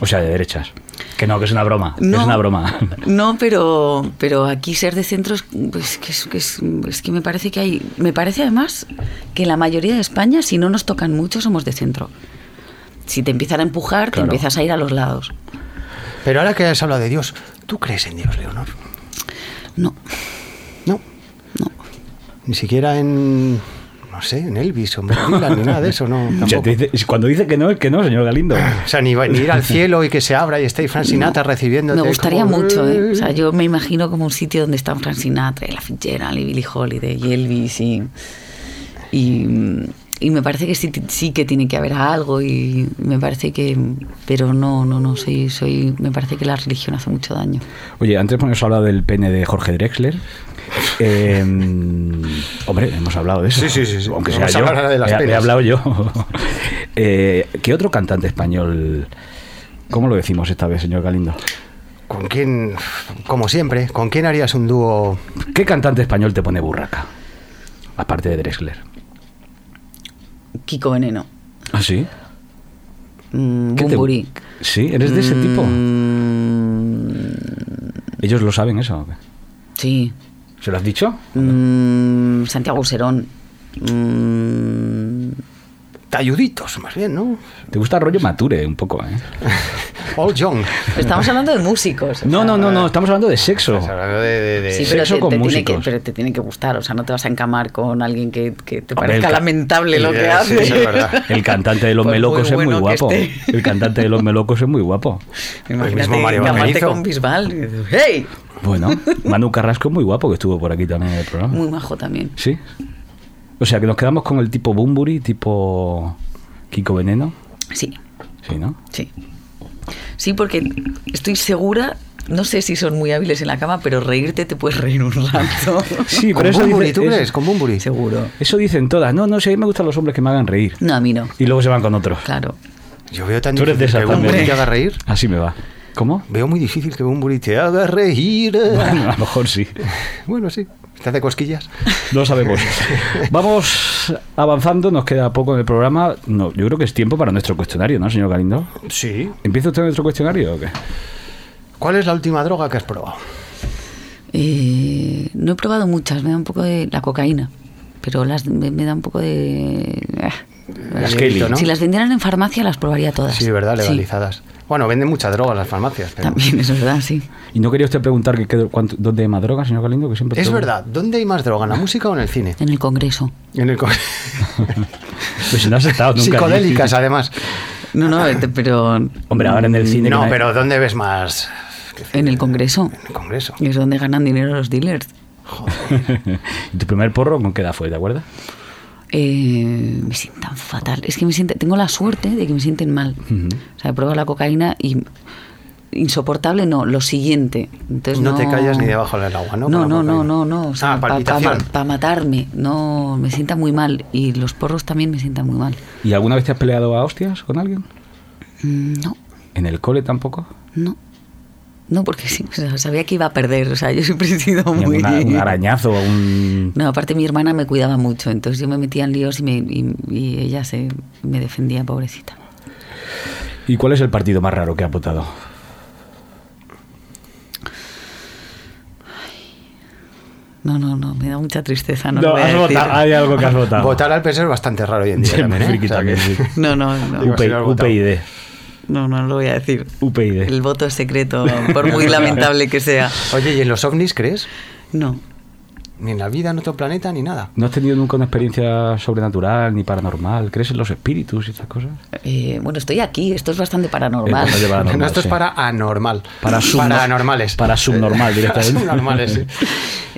Speaker 2: O sea, de derechas. Que no, que es una broma. que
Speaker 6: No,
Speaker 2: Es una broma.
Speaker 6: No, pero, pero aquí ser de centro es, pues, que es, que es- es que me parece que hay. Me parece además que la mayoría de España, si no nos tocan mucho, somos de centro. Si te empiezan a empujar,
Speaker 2: Claro.
Speaker 6: te empiezas a ir a los lados.
Speaker 3: Pero ahora que has hablado de Dios, ¿tú crees en Dios, Leonor?
Speaker 6: No,
Speaker 3: No.
Speaker 6: no.
Speaker 3: Ni siquiera en. No sé, en Elvis o en Bob Dylan, ni nada de eso, no.
Speaker 2: O sea,
Speaker 3: Tampoco.
Speaker 2: te dice- cuando dice que no, es que no, señor Galindo.
Speaker 3: O sea, ni, ni ir al cielo y que se abra y esté ahí Frank Sinatra recibiendo.
Speaker 6: Me gustaría mucho, ¿eh? O sea, yo me imagino como un sitio donde están Frank Sinatra y la Fitzgerald y Billie Holiday y Elvis y... Y, y me parece que sí, sí que tiene que haber algo y me parece que... Pero no, no, no, soy, soy, me parece que la religión hace mucho daño.
Speaker 2: Oye, antes hemos hablado del pene de Jorge Drexler. Eh, hombre, hemos hablado de eso.
Speaker 3: Sí, sí, sí, sí.
Speaker 2: Aunque sea
Speaker 3: Vamos a
Speaker 2: yo,
Speaker 3: hablar ahora de las
Speaker 2: he- he
Speaker 3: penas.
Speaker 2: hablado yo. Eh, ¿Qué otro cantante español? ¿Cómo lo decimos esta vez, señor Galindo?
Speaker 3: ¿Con quién, como siempre, con quién harías un dúo?
Speaker 2: ¿Qué cantante español te pone burraca? Aparte de Drexler.
Speaker 6: Kiko Veneno,
Speaker 2: ¿Ah, sí?
Speaker 6: mm,
Speaker 2: ¿Qué te-
Speaker 6: Bumburi.
Speaker 2: ¿Sí? ¿Eres de ese tipo?
Speaker 6: Mm,
Speaker 2: ¿Ellos lo saben eso? o qué?
Speaker 6: sí.
Speaker 2: ¿Se lo has dicho?
Speaker 6: Mm, Santiago Serón. Mm,
Speaker 3: Talluditos, más bien, ¿no?
Speaker 2: Te gusta rollo mature un poco, ¿eh?
Speaker 3: All Young.
Speaker 6: estamos hablando de músicos. o
Speaker 2: No,
Speaker 6: sea,
Speaker 2: no, no, no, estamos hablando de sexo.
Speaker 3: Estás Pues hablando de- de- de-
Speaker 6: Sí, pero
Speaker 2: Eh, Sexo
Speaker 6: te,
Speaker 2: con
Speaker 6: te tiene
Speaker 2: músicos.
Speaker 6: que, pero te tiene que gustar, o sea, no te vas a encamar con alguien que, que te
Speaker 2: Hombre,
Speaker 6: parezca
Speaker 2: el ca-
Speaker 6: lamentable lo
Speaker 3: Sí,
Speaker 6: que
Speaker 3: sí,
Speaker 6: hace.
Speaker 3: eso es verdad.
Speaker 2: El cantante de los
Speaker 6: Por Pues muy
Speaker 2: melocos es
Speaker 6: bueno
Speaker 2: muy
Speaker 6: que
Speaker 2: guapo.
Speaker 6: esté.
Speaker 2: El cantante de los melocos es muy guapo.
Speaker 6: Imagínate
Speaker 3: mismo Mario
Speaker 6: encamarte
Speaker 3: Vaquerizo.
Speaker 6: con Bisbal. y dices, ¡Hey!
Speaker 2: Bueno, Manu Carrasco es muy guapo, que estuvo por aquí también en el programa.
Speaker 6: Muy majo también.
Speaker 2: Sí. O sea, que nos quedamos con el tipo Bumburi, tipo Kiko Veneno.
Speaker 6: Sí,
Speaker 2: Sí, ¿no?
Speaker 6: sí. Sí, porque estoy segura, no sé si son muy hábiles en la cama, pero reírte te puedes reír un rato.
Speaker 2: Sí,
Speaker 3: Con Bumburi, ¿tú
Speaker 2: es-
Speaker 3: crees? Con Bumburi.
Speaker 6: Seguro.
Speaker 2: Eso dicen todas. No, no, sí, a mí me gustan los hombres que me hagan reír.
Speaker 6: No, a mí no.
Speaker 2: Y luego se van con otros.
Speaker 6: Claro.
Speaker 3: Yo veo tan
Speaker 2: Tú eres de
Speaker 3: difícil
Speaker 2: esa
Speaker 3: que Bumburi
Speaker 2: también.
Speaker 3: te haga reír.
Speaker 2: Así me va. ¿Cómo?
Speaker 3: Veo muy difícil que Bumburi te haga reír.
Speaker 2: Bueno, a lo mejor sí.
Speaker 3: Bueno, sí. Te hace cosquillas.
Speaker 2: No sabemos. Vamos avanzando, nos queda poco en el programa. No, yo creo que es tiempo para nuestro cuestionario, ¿no, señor Galindo?
Speaker 3: Sí.
Speaker 2: ¿Empieza usted nuestro cuestionario o qué?
Speaker 3: ¿Cuál es la última droga que has probado?
Speaker 6: Eh, no he probado muchas, me da un poco de la cocaína, pero las, me, me da un poco de... ah.
Speaker 3: Las
Speaker 2: Kelly.
Speaker 3: Kelly, ¿no?
Speaker 6: Si las vendieran en farmacia las probaría todas.
Speaker 3: Sí, verdad, legalizadas. Bueno, venden mucha droga en las farmacias. pero-
Speaker 6: También, eso es verdad, sí.
Speaker 2: ¿Y no quería usted preguntar que, qué- cuánto- dónde hay más droga, señor Galindo? Que siempre
Speaker 3: Es
Speaker 2: pregunto.
Speaker 3: verdad, ¿dónde hay más droga? ¿En la música o en el cine?
Speaker 6: En el Congreso.
Speaker 3: En el co-
Speaker 2: Pues si no has estado nunca. allí.
Speaker 3: Psicodélicas, además.
Speaker 6: No, no, eh, te- pero...
Speaker 2: Hombre, ahora en el cine. que
Speaker 3: No,
Speaker 2: nadie-
Speaker 3: pero ¿dónde ves más?
Speaker 6: En el Congreso.
Speaker 3: En el Congreso.
Speaker 6: Es donde ganan dinero los dealers.
Speaker 2: ¿Y tu primer porro con qué edad fue, te acuerdas?
Speaker 6: Eh, me sientan fatal. Es que me siento, tengo la suerte de que me sienten mal. O sea, he probado la cocaína y insoportable no, lo siguiente. Entonces,
Speaker 3: No
Speaker 6: no,
Speaker 3: te callas ni debajo del agua, ¿no?
Speaker 6: No,
Speaker 3: Con la
Speaker 6: no, no,
Speaker 3: cocaína.
Speaker 6: no, no. O sea,
Speaker 3: Ah,
Speaker 6: para
Speaker 3: palpitación.
Speaker 6: matarme. No, me sienta muy mal. Y los porros también me sientan muy mal.
Speaker 2: ¿Y alguna vez te has peleado a hostias con alguien?
Speaker 6: Mm, No,
Speaker 2: ¿En el cole tampoco?
Speaker 6: no. No, porque sí, o sea, sabía que iba a perder. O sea, yo siempre he sido
Speaker 2: Ni
Speaker 6: muy...
Speaker 2: una- un arañazo, un.
Speaker 6: No, aparte mi hermana me cuidaba mucho, entonces yo me metía en líos y, me- y- y ella se me defendía, pobrecita.
Speaker 2: ¿Y cuál es el partido más raro que ha votado?
Speaker 6: No, no, no, me da mucha tristeza. No, lo voy a decir.
Speaker 2: hay algo que has votado.
Speaker 3: Votar al PS es bastante raro hoy en día.
Speaker 2: Sí,
Speaker 3: también,
Speaker 2: muy
Speaker 3: ¿eh?
Speaker 2: friki
Speaker 3: O sea
Speaker 2: también,
Speaker 3: que-
Speaker 2: sí.
Speaker 6: No, no, no,
Speaker 3: Digo, si lo has
Speaker 2: UP-
Speaker 3: votado.
Speaker 2: UPyD.
Speaker 6: no, no lo voy a decir.
Speaker 2: UPyD.
Speaker 6: El voto es secreto, por muy lamentable que sea.
Speaker 3: Oye, ¿y en los ovnis crees?
Speaker 6: No,
Speaker 3: Ni en la vida, en otro planeta, ni nada.
Speaker 2: ¿No has tenido nunca una experiencia sobrenatural ni paranormal? ¿Crees en los espíritus y estas cosas?
Speaker 6: eh, bueno, estoy aquí, esto es bastante paranormal.
Speaker 2: Eh, bastante paranormal.
Speaker 3: no, esto
Speaker 2: sí.
Speaker 3: es para anormal.
Speaker 2: Para sub-
Speaker 3: Paranormales.
Speaker 2: para subnormal directamente.
Speaker 3: subnormales, sí.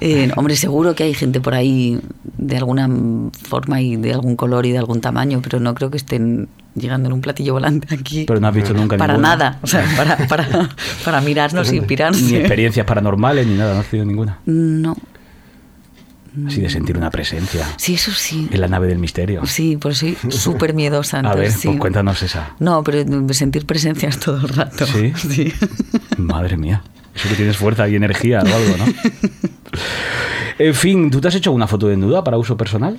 Speaker 6: Eh, hombre, seguro que hay gente por ahí de alguna forma y de algún color y de algún tamaño, pero no creo que estén llegando en un platillo volante aquí.
Speaker 2: Pero no has visto nunca
Speaker 6: para
Speaker 2: ninguna.
Speaker 6: nada, o sea, para, para, para mirarnos y
Speaker 2: Ni
Speaker 6: pirarse.
Speaker 2: experiencias paranormales ni nada, no has tenido ninguna.
Speaker 6: No,
Speaker 2: Así de sentir una presencia
Speaker 6: sí, eso sí.
Speaker 2: en la nave del misterio.
Speaker 6: Sí, por soy súper miedosa.
Speaker 2: A ver,
Speaker 6: entonces sí.
Speaker 2: pues cuéntanos esa.
Speaker 6: No, pero sentir presencias todo el rato.
Speaker 2: ¿Sí? Madre mía. Eso que tienes fuerza y energía o algo, ¿no? En fin, ¿tú te has hecho una foto desnuda para uso personal?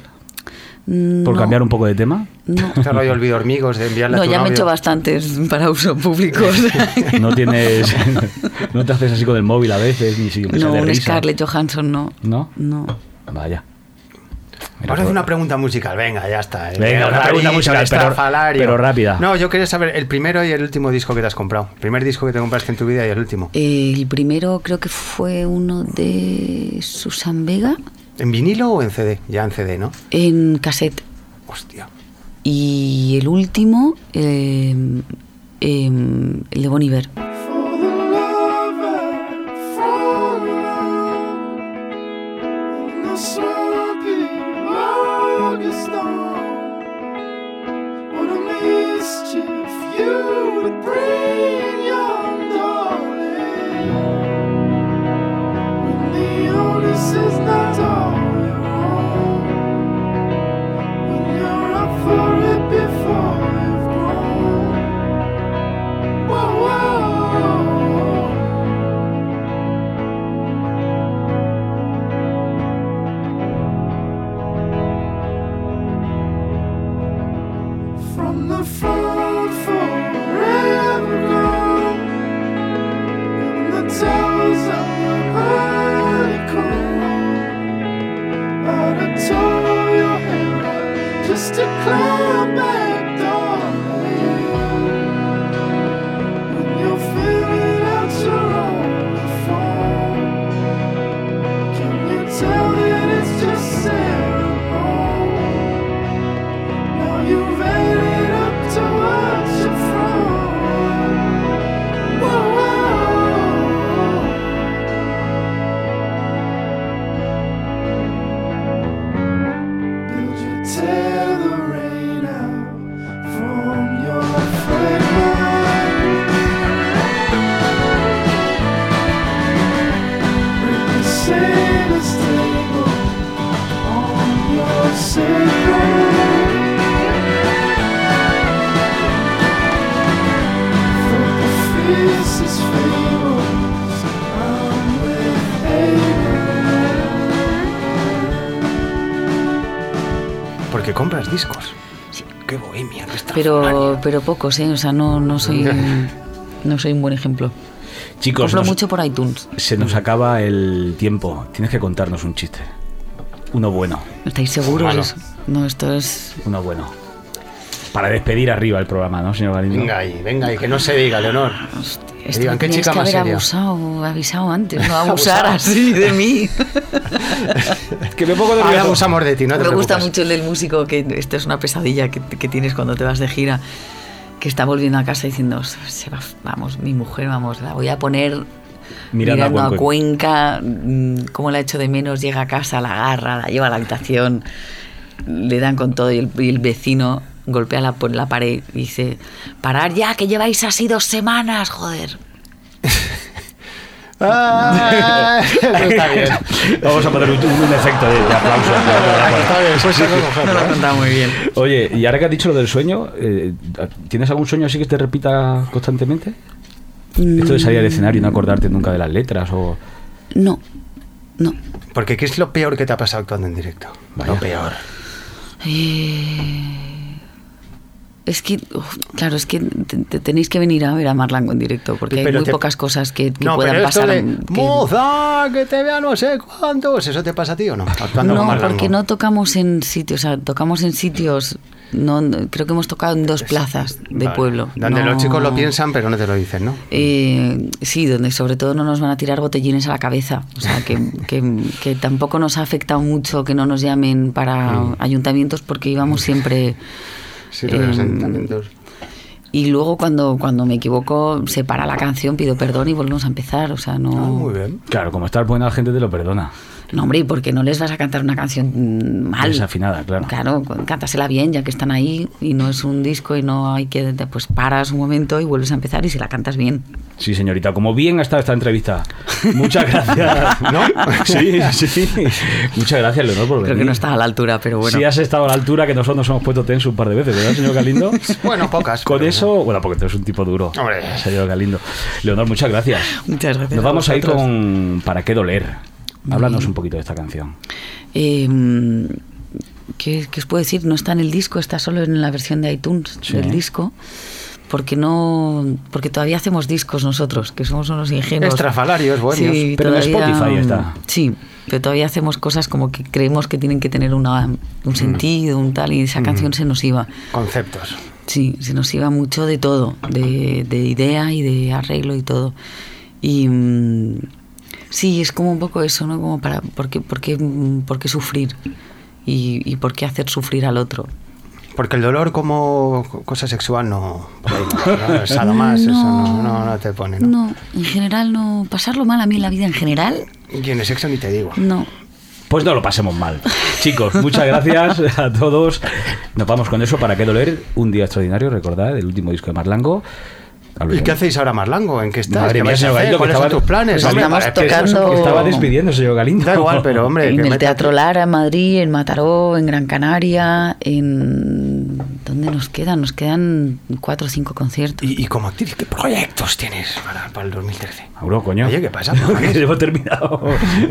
Speaker 2: Por
Speaker 6: No,
Speaker 2: cambiar un poco de tema.
Speaker 6: No,
Speaker 3: Este rollo olvido hormigos de enviarle
Speaker 6: No,
Speaker 3: a tu
Speaker 6: ya me he
Speaker 3: novio.
Speaker 6: hecho bastantes para uso público. o sea.
Speaker 2: No tienes. no te haces así con el móvil a veces, ni si aunque sea
Speaker 6: No,
Speaker 2: de
Speaker 6: un
Speaker 2: risa.
Speaker 6: Scarlett Johansson no.
Speaker 2: ¿No?
Speaker 6: No.
Speaker 2: Vaya. Mira, pues,
Speaker 3: Vamos a hacer
Speaker 2: por-
Speaker 3: una pregunta musical, venga, ya está. Eh, El
Speaker 2: Venga, una pregunta
Speaker 3: Rari,
Speaker 2: musical, pero-
Speaker 3: Rastafalario.
Speaker 2: pero rápida.
Speaker 3: No, yo quería saber el primero y el último disco que te has comprado. El primer disco que te compraste en tu vida y el último.
Speaker 6: El primero creo que fue uno de Susan Vega.
Speaker 3: ¿En vinilo o en CD? Ya en CD, ¿no?
Speaker 6: En cassette.
Speaker 3: Hostia.
Speaker 6: Y el último, eh, eh, el de Bon Iver.
Speaker 3: Porque compras discos.
Speaker 6: Sí.
Speaker 3: Qué bohemia. qué
Speaker 6: Pero,
Speaker 3: extraordinaria.
Speaker 6: pero pocos, ¿eh? O sea, no, no, soy, no soy un buen ejemplo.
Speaker 2: Chicos,
Speaker 6: Compro
Speaker 2: nos-
Speaker 6: mucho por iTunes.
Speaker 2: se nos acaba el tiempo. Tienes que contarnos un chiste. Uno bueno,
Speaker 6: ¿Estáis seguros?
Speaker 3: Malo.
Speaker 6: No, esto es...
Speaker 2: uno bueno. Para despedir arriba el programa, ¿no, señor Galindo?
Speaker 3: Venga ahí, venga ahí, que no se diga, Leonor.
Speaker 6: esto
Speaker 3: digan, ¿qué
Speaker 6: teníais
Speaker 3: chica
Speaker 6: que
Speaker 3: más
Speaker 6: haber
Speaker 3: seria?
Speaker 6: abusado, avisado antes, no abusar
Speaker 3: Abusado.
Speaker 6: así de mí.
Speaker 2: Que me pongo
Speaker 3: Ahora abusamos de ti, no te
Speaker 6: Me gusta
Speaker 3: preocupes.
Speaker 6: mucho el del músico, que esto es una pesadilla que, que tienes cuando te vas de gira, que está volviendo a casa diciendo, "Se va- vamos, mi mujer, vamos, la voy a poner
Speaker 2: Mirando
Speaker 6: mirando,
Speaker 2: a
Speaker 6: a
Speaker 2: Cuen-
Speaker 6: Cuenca, mm, cómo la echo de menos, llega a casa, la agarra, la lleva a la habitación, le dan con todo y el, y el vecino golpea la, por la pared y dice, parar ya, que lleváis así dos semanas, joder.
Speaker 3: Ah, eso está bien.
Speaker 2: Vamos a poner un, un efecto de, de aplauso.
Speaker 3: Está bien, pues se lo
Speaker 6: No
Speaker 3: cogerlo,
Speaker 6: lo
Speaker 3: ¿eh?
Speaker 6: ha contado muy bien.
Speaker 2: Oye, y ahora que has dicho lo del sueño, eh, ¿tienes algún sueño así que te repita constantemente?
Speaker 6: Mm,
Speaker 2: Esto de salir al escenario y no acordarte nunca de las letras o...
Speaker 6: No, no.
Speaker 3: Porque ¿qué es lo peor que te ha pasado actuando en directo?
Speaker 2: Vaya.
Speaker 3: Lo peor.
Speaker 6: Eh, Es que, uf, claro, es que te- te tenéis que venir a ver a Marlango en directo, porque hay
Speaker 3: Pero
Speaker 6: muy
Speaker 3: te-
Speaker 6: pocas cosas que, que
Speaker 3: no,
Speaker 6: puedan
Speaker 3: pero esto
Speaker 6: pasar.
Speaker 3: de,
Speaker 6: mm, que-
Speaker 3: ¡Moza, que te vea no sé cuántos! ¿Eso te pasa a ti o no? Actuando con
Speaker 6: no,
Speaker 3: Marlango.
Speaker 6: porque no tocamos en sitios, o sea, tocamos en sitios, no, no, creo que hemos tocado en dos plazas de
Speaker 3: Vale.
Speaker 6: pueblo.
Speaker 3: Donde
Speaker 6: no-
Speaker 3: los chicos lo piensan, pero no te lo dicen, ¿no?
Speaker 6: Eh, sí, donde sobre todo no nos van a tirar botellines a la cabeza. O sea, que, que- que tampoco nos ha afectado mucho que no nos llamen para ayuntamientos porque íbamos siempre...
Speaker 3: Sí, lo de los
Speaker 6: em,
Speaker 3: ayuntamientos.
Speaker 6: Y luego cuando, cuando me equivoco, se para la canción, pido perdón y volvemos a empezar. O sea,
Speaker 3: Ah,
Speaker 6: no.
Speaker 3: muy bien.
Speaker 2: Claro, como estás buena la gente te lo perdona.
Speaker 6: no, hombre, ¿y por qué no les vas a cantar una canción mm, mal?
Speaker 2: Desafinada, claro.
Speaker 6: Claro, cu- cántasela bien, ya que están ahí y no es un disco y no hay que. te- Pues paras un momento y vuelves a empezar y si la cantas bien.
Speaker 2: Sí, señorita, como bien ha estado esta entrevista. Muchas gracias.
Speaker 3: ¿No?
Speaker 2: Sí, sí. Muchas gracias, Leonor, por venir.
Speaker 6: Creo que no estás a la altura, pero
Speaker 3: Pues
Speaker 6: bueno.
Speaker 2: Pues Si has estado a la altura que nosotros nos hemos puesto tenso un par de veces, ¿verdad, señor Galindo?
Speaker 3: Bueno, pocas.
Speaker 2: Con
Speaker 3: pero
Speaker 2: eso, bueno, porque tú eres un tipo duro.
Speaker 3: Hombre.
Speaker 2: Señor Galindo. Leonor, muchas gracias.
Speaker 6: Muchas gracias.
Speaker 2: Nos
Speaker 6: a
Speaker 2: vamos a ir
Speaker 6: vosotros.
Speaker 2: con ¿Para qué doler?
Speaker 6: Mm.
Speaker 2: Háblanos un poquito de esta canción.
Speaker 6: Eh, ¿qué, qué os puedo decir? No está en el disco, está solo en la versión de iTunes
Speaker 2: Sí.
Speaker 6: del disco. Porque no, porque todavía hacemos discos nosotros, que somos unos ingenuos.
Speaker 3: Estrafalarios, buenos.
Speaker 2: Pero en Spotify está.
Speaker 6: Sí, pero todavía hacemos cosas como que creemos que tienen que tener una,
Speaker 2: Mm.
Speaker 6: un sentido, un tal, y esa canción se nos iba.
Speaker 3: Conceptos.
Speaker 6: Sí, se nos iba mucho de todo, de, de idea y de arreglo y todo. Y mm, Sí, es como un poco eso, ¿no? Como para, ¿por qué, por qué, mm, por qué sufrir? Y, y por qué hacer sufrir al otro?
Speaker 3: Porque el dolor como cosa sexual no... por ahí no, ¿no? El sadomás, eso no, no, no te pone, ¿no?
Speaker 6: No, en general no. Pasarlo mal a mí en la vida en general,
Speaker 3: Y en el sexo ni te digo.
Speaker 6: no.
Speaker 2: Pues no lo pasemos mal. Chicos, muchas gracias a todos. Nos vamos con eso para qué doler. Un día extraordinario, recordad, el último disco de Marlango.
Speaker 3: ¿Y qué hacéis ahora, Marlango? ¿En qué estás?
Speaker 2: Madre
Speaker 3: ¿Qué
Speaker 2: mía,
Speaker 3: vais a
Speaker 2: señor
Speaker 3: hacer?
Speaker 2: Galindo, que
Speaker 3: ¿Cuáles
Speaker 2: estaba,
Speaker 3: son tus planes?
Speaker 6: Pues
Speaker 3: Hombre,
Speaker 6: estamos
Speaker 3: para que-
Speaker 6: tocando-
Speaker 2: que estaba despidiendo, señor Galindo.
Speaker 3: Da igual, pero hombre... que
Speaker 6: en el
Speaker 3: metas-
Speaker 6: Teatro Lara, en Madrid, en Mataró, en Gran Canaria, en... ¿Dónde nos quedan? Nos quedan cuatro o cinco conciertos.
Speaker 3: ¿Y, y como actriz, ¿qué proyectos tienes para, para el 2013?
Speaker 2: Mauro, coño.
Speaker 3: Oye, ¿qué pasa?
Speaker 2: que hemos terminado.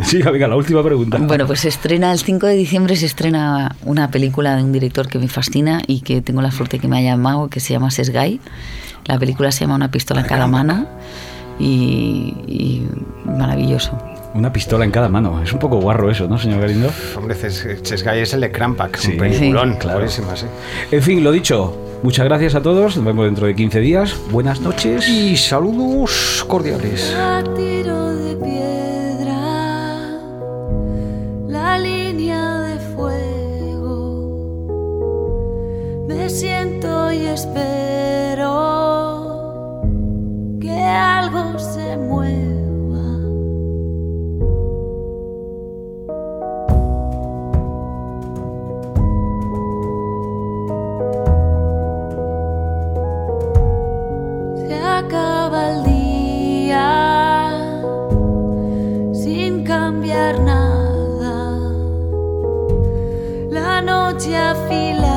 Speaker 2: Sí, venga, la última pregunta.
Speaker 6: Bueno, pues se estrena el 5 de diciembre, se estrena una película de un director que me fascina y que tengo la suerte que me ha llamado, que se llama Sesgay. La película se llama Una pistola en cada mano y, y maravilloso.
Speaker 2: Una pistola en cada mano. Es un poco guarro eso, ¿no, señor Galindo?
Speaker 3: Hombre, Ces- Sesgay es el de Crampack,
Speaker 2: Sí.
Speaker 3: un peliculón.
Speaker 6: Sí.
Speaker 2: Claro.
Speaker 3: buenísima, sí.
Speaker 2: En fin, lo dicho. Muchas gracias a todos. Nos vemos dentro de 15 días. Buenas noches.
Speaker 3: Y saludos cordiales.
Speaker 5: A tiro de piedra, la línea de fuego. Me siento y espero que algo se mueva. Se acaba el día sin cambiar nada. La noche afila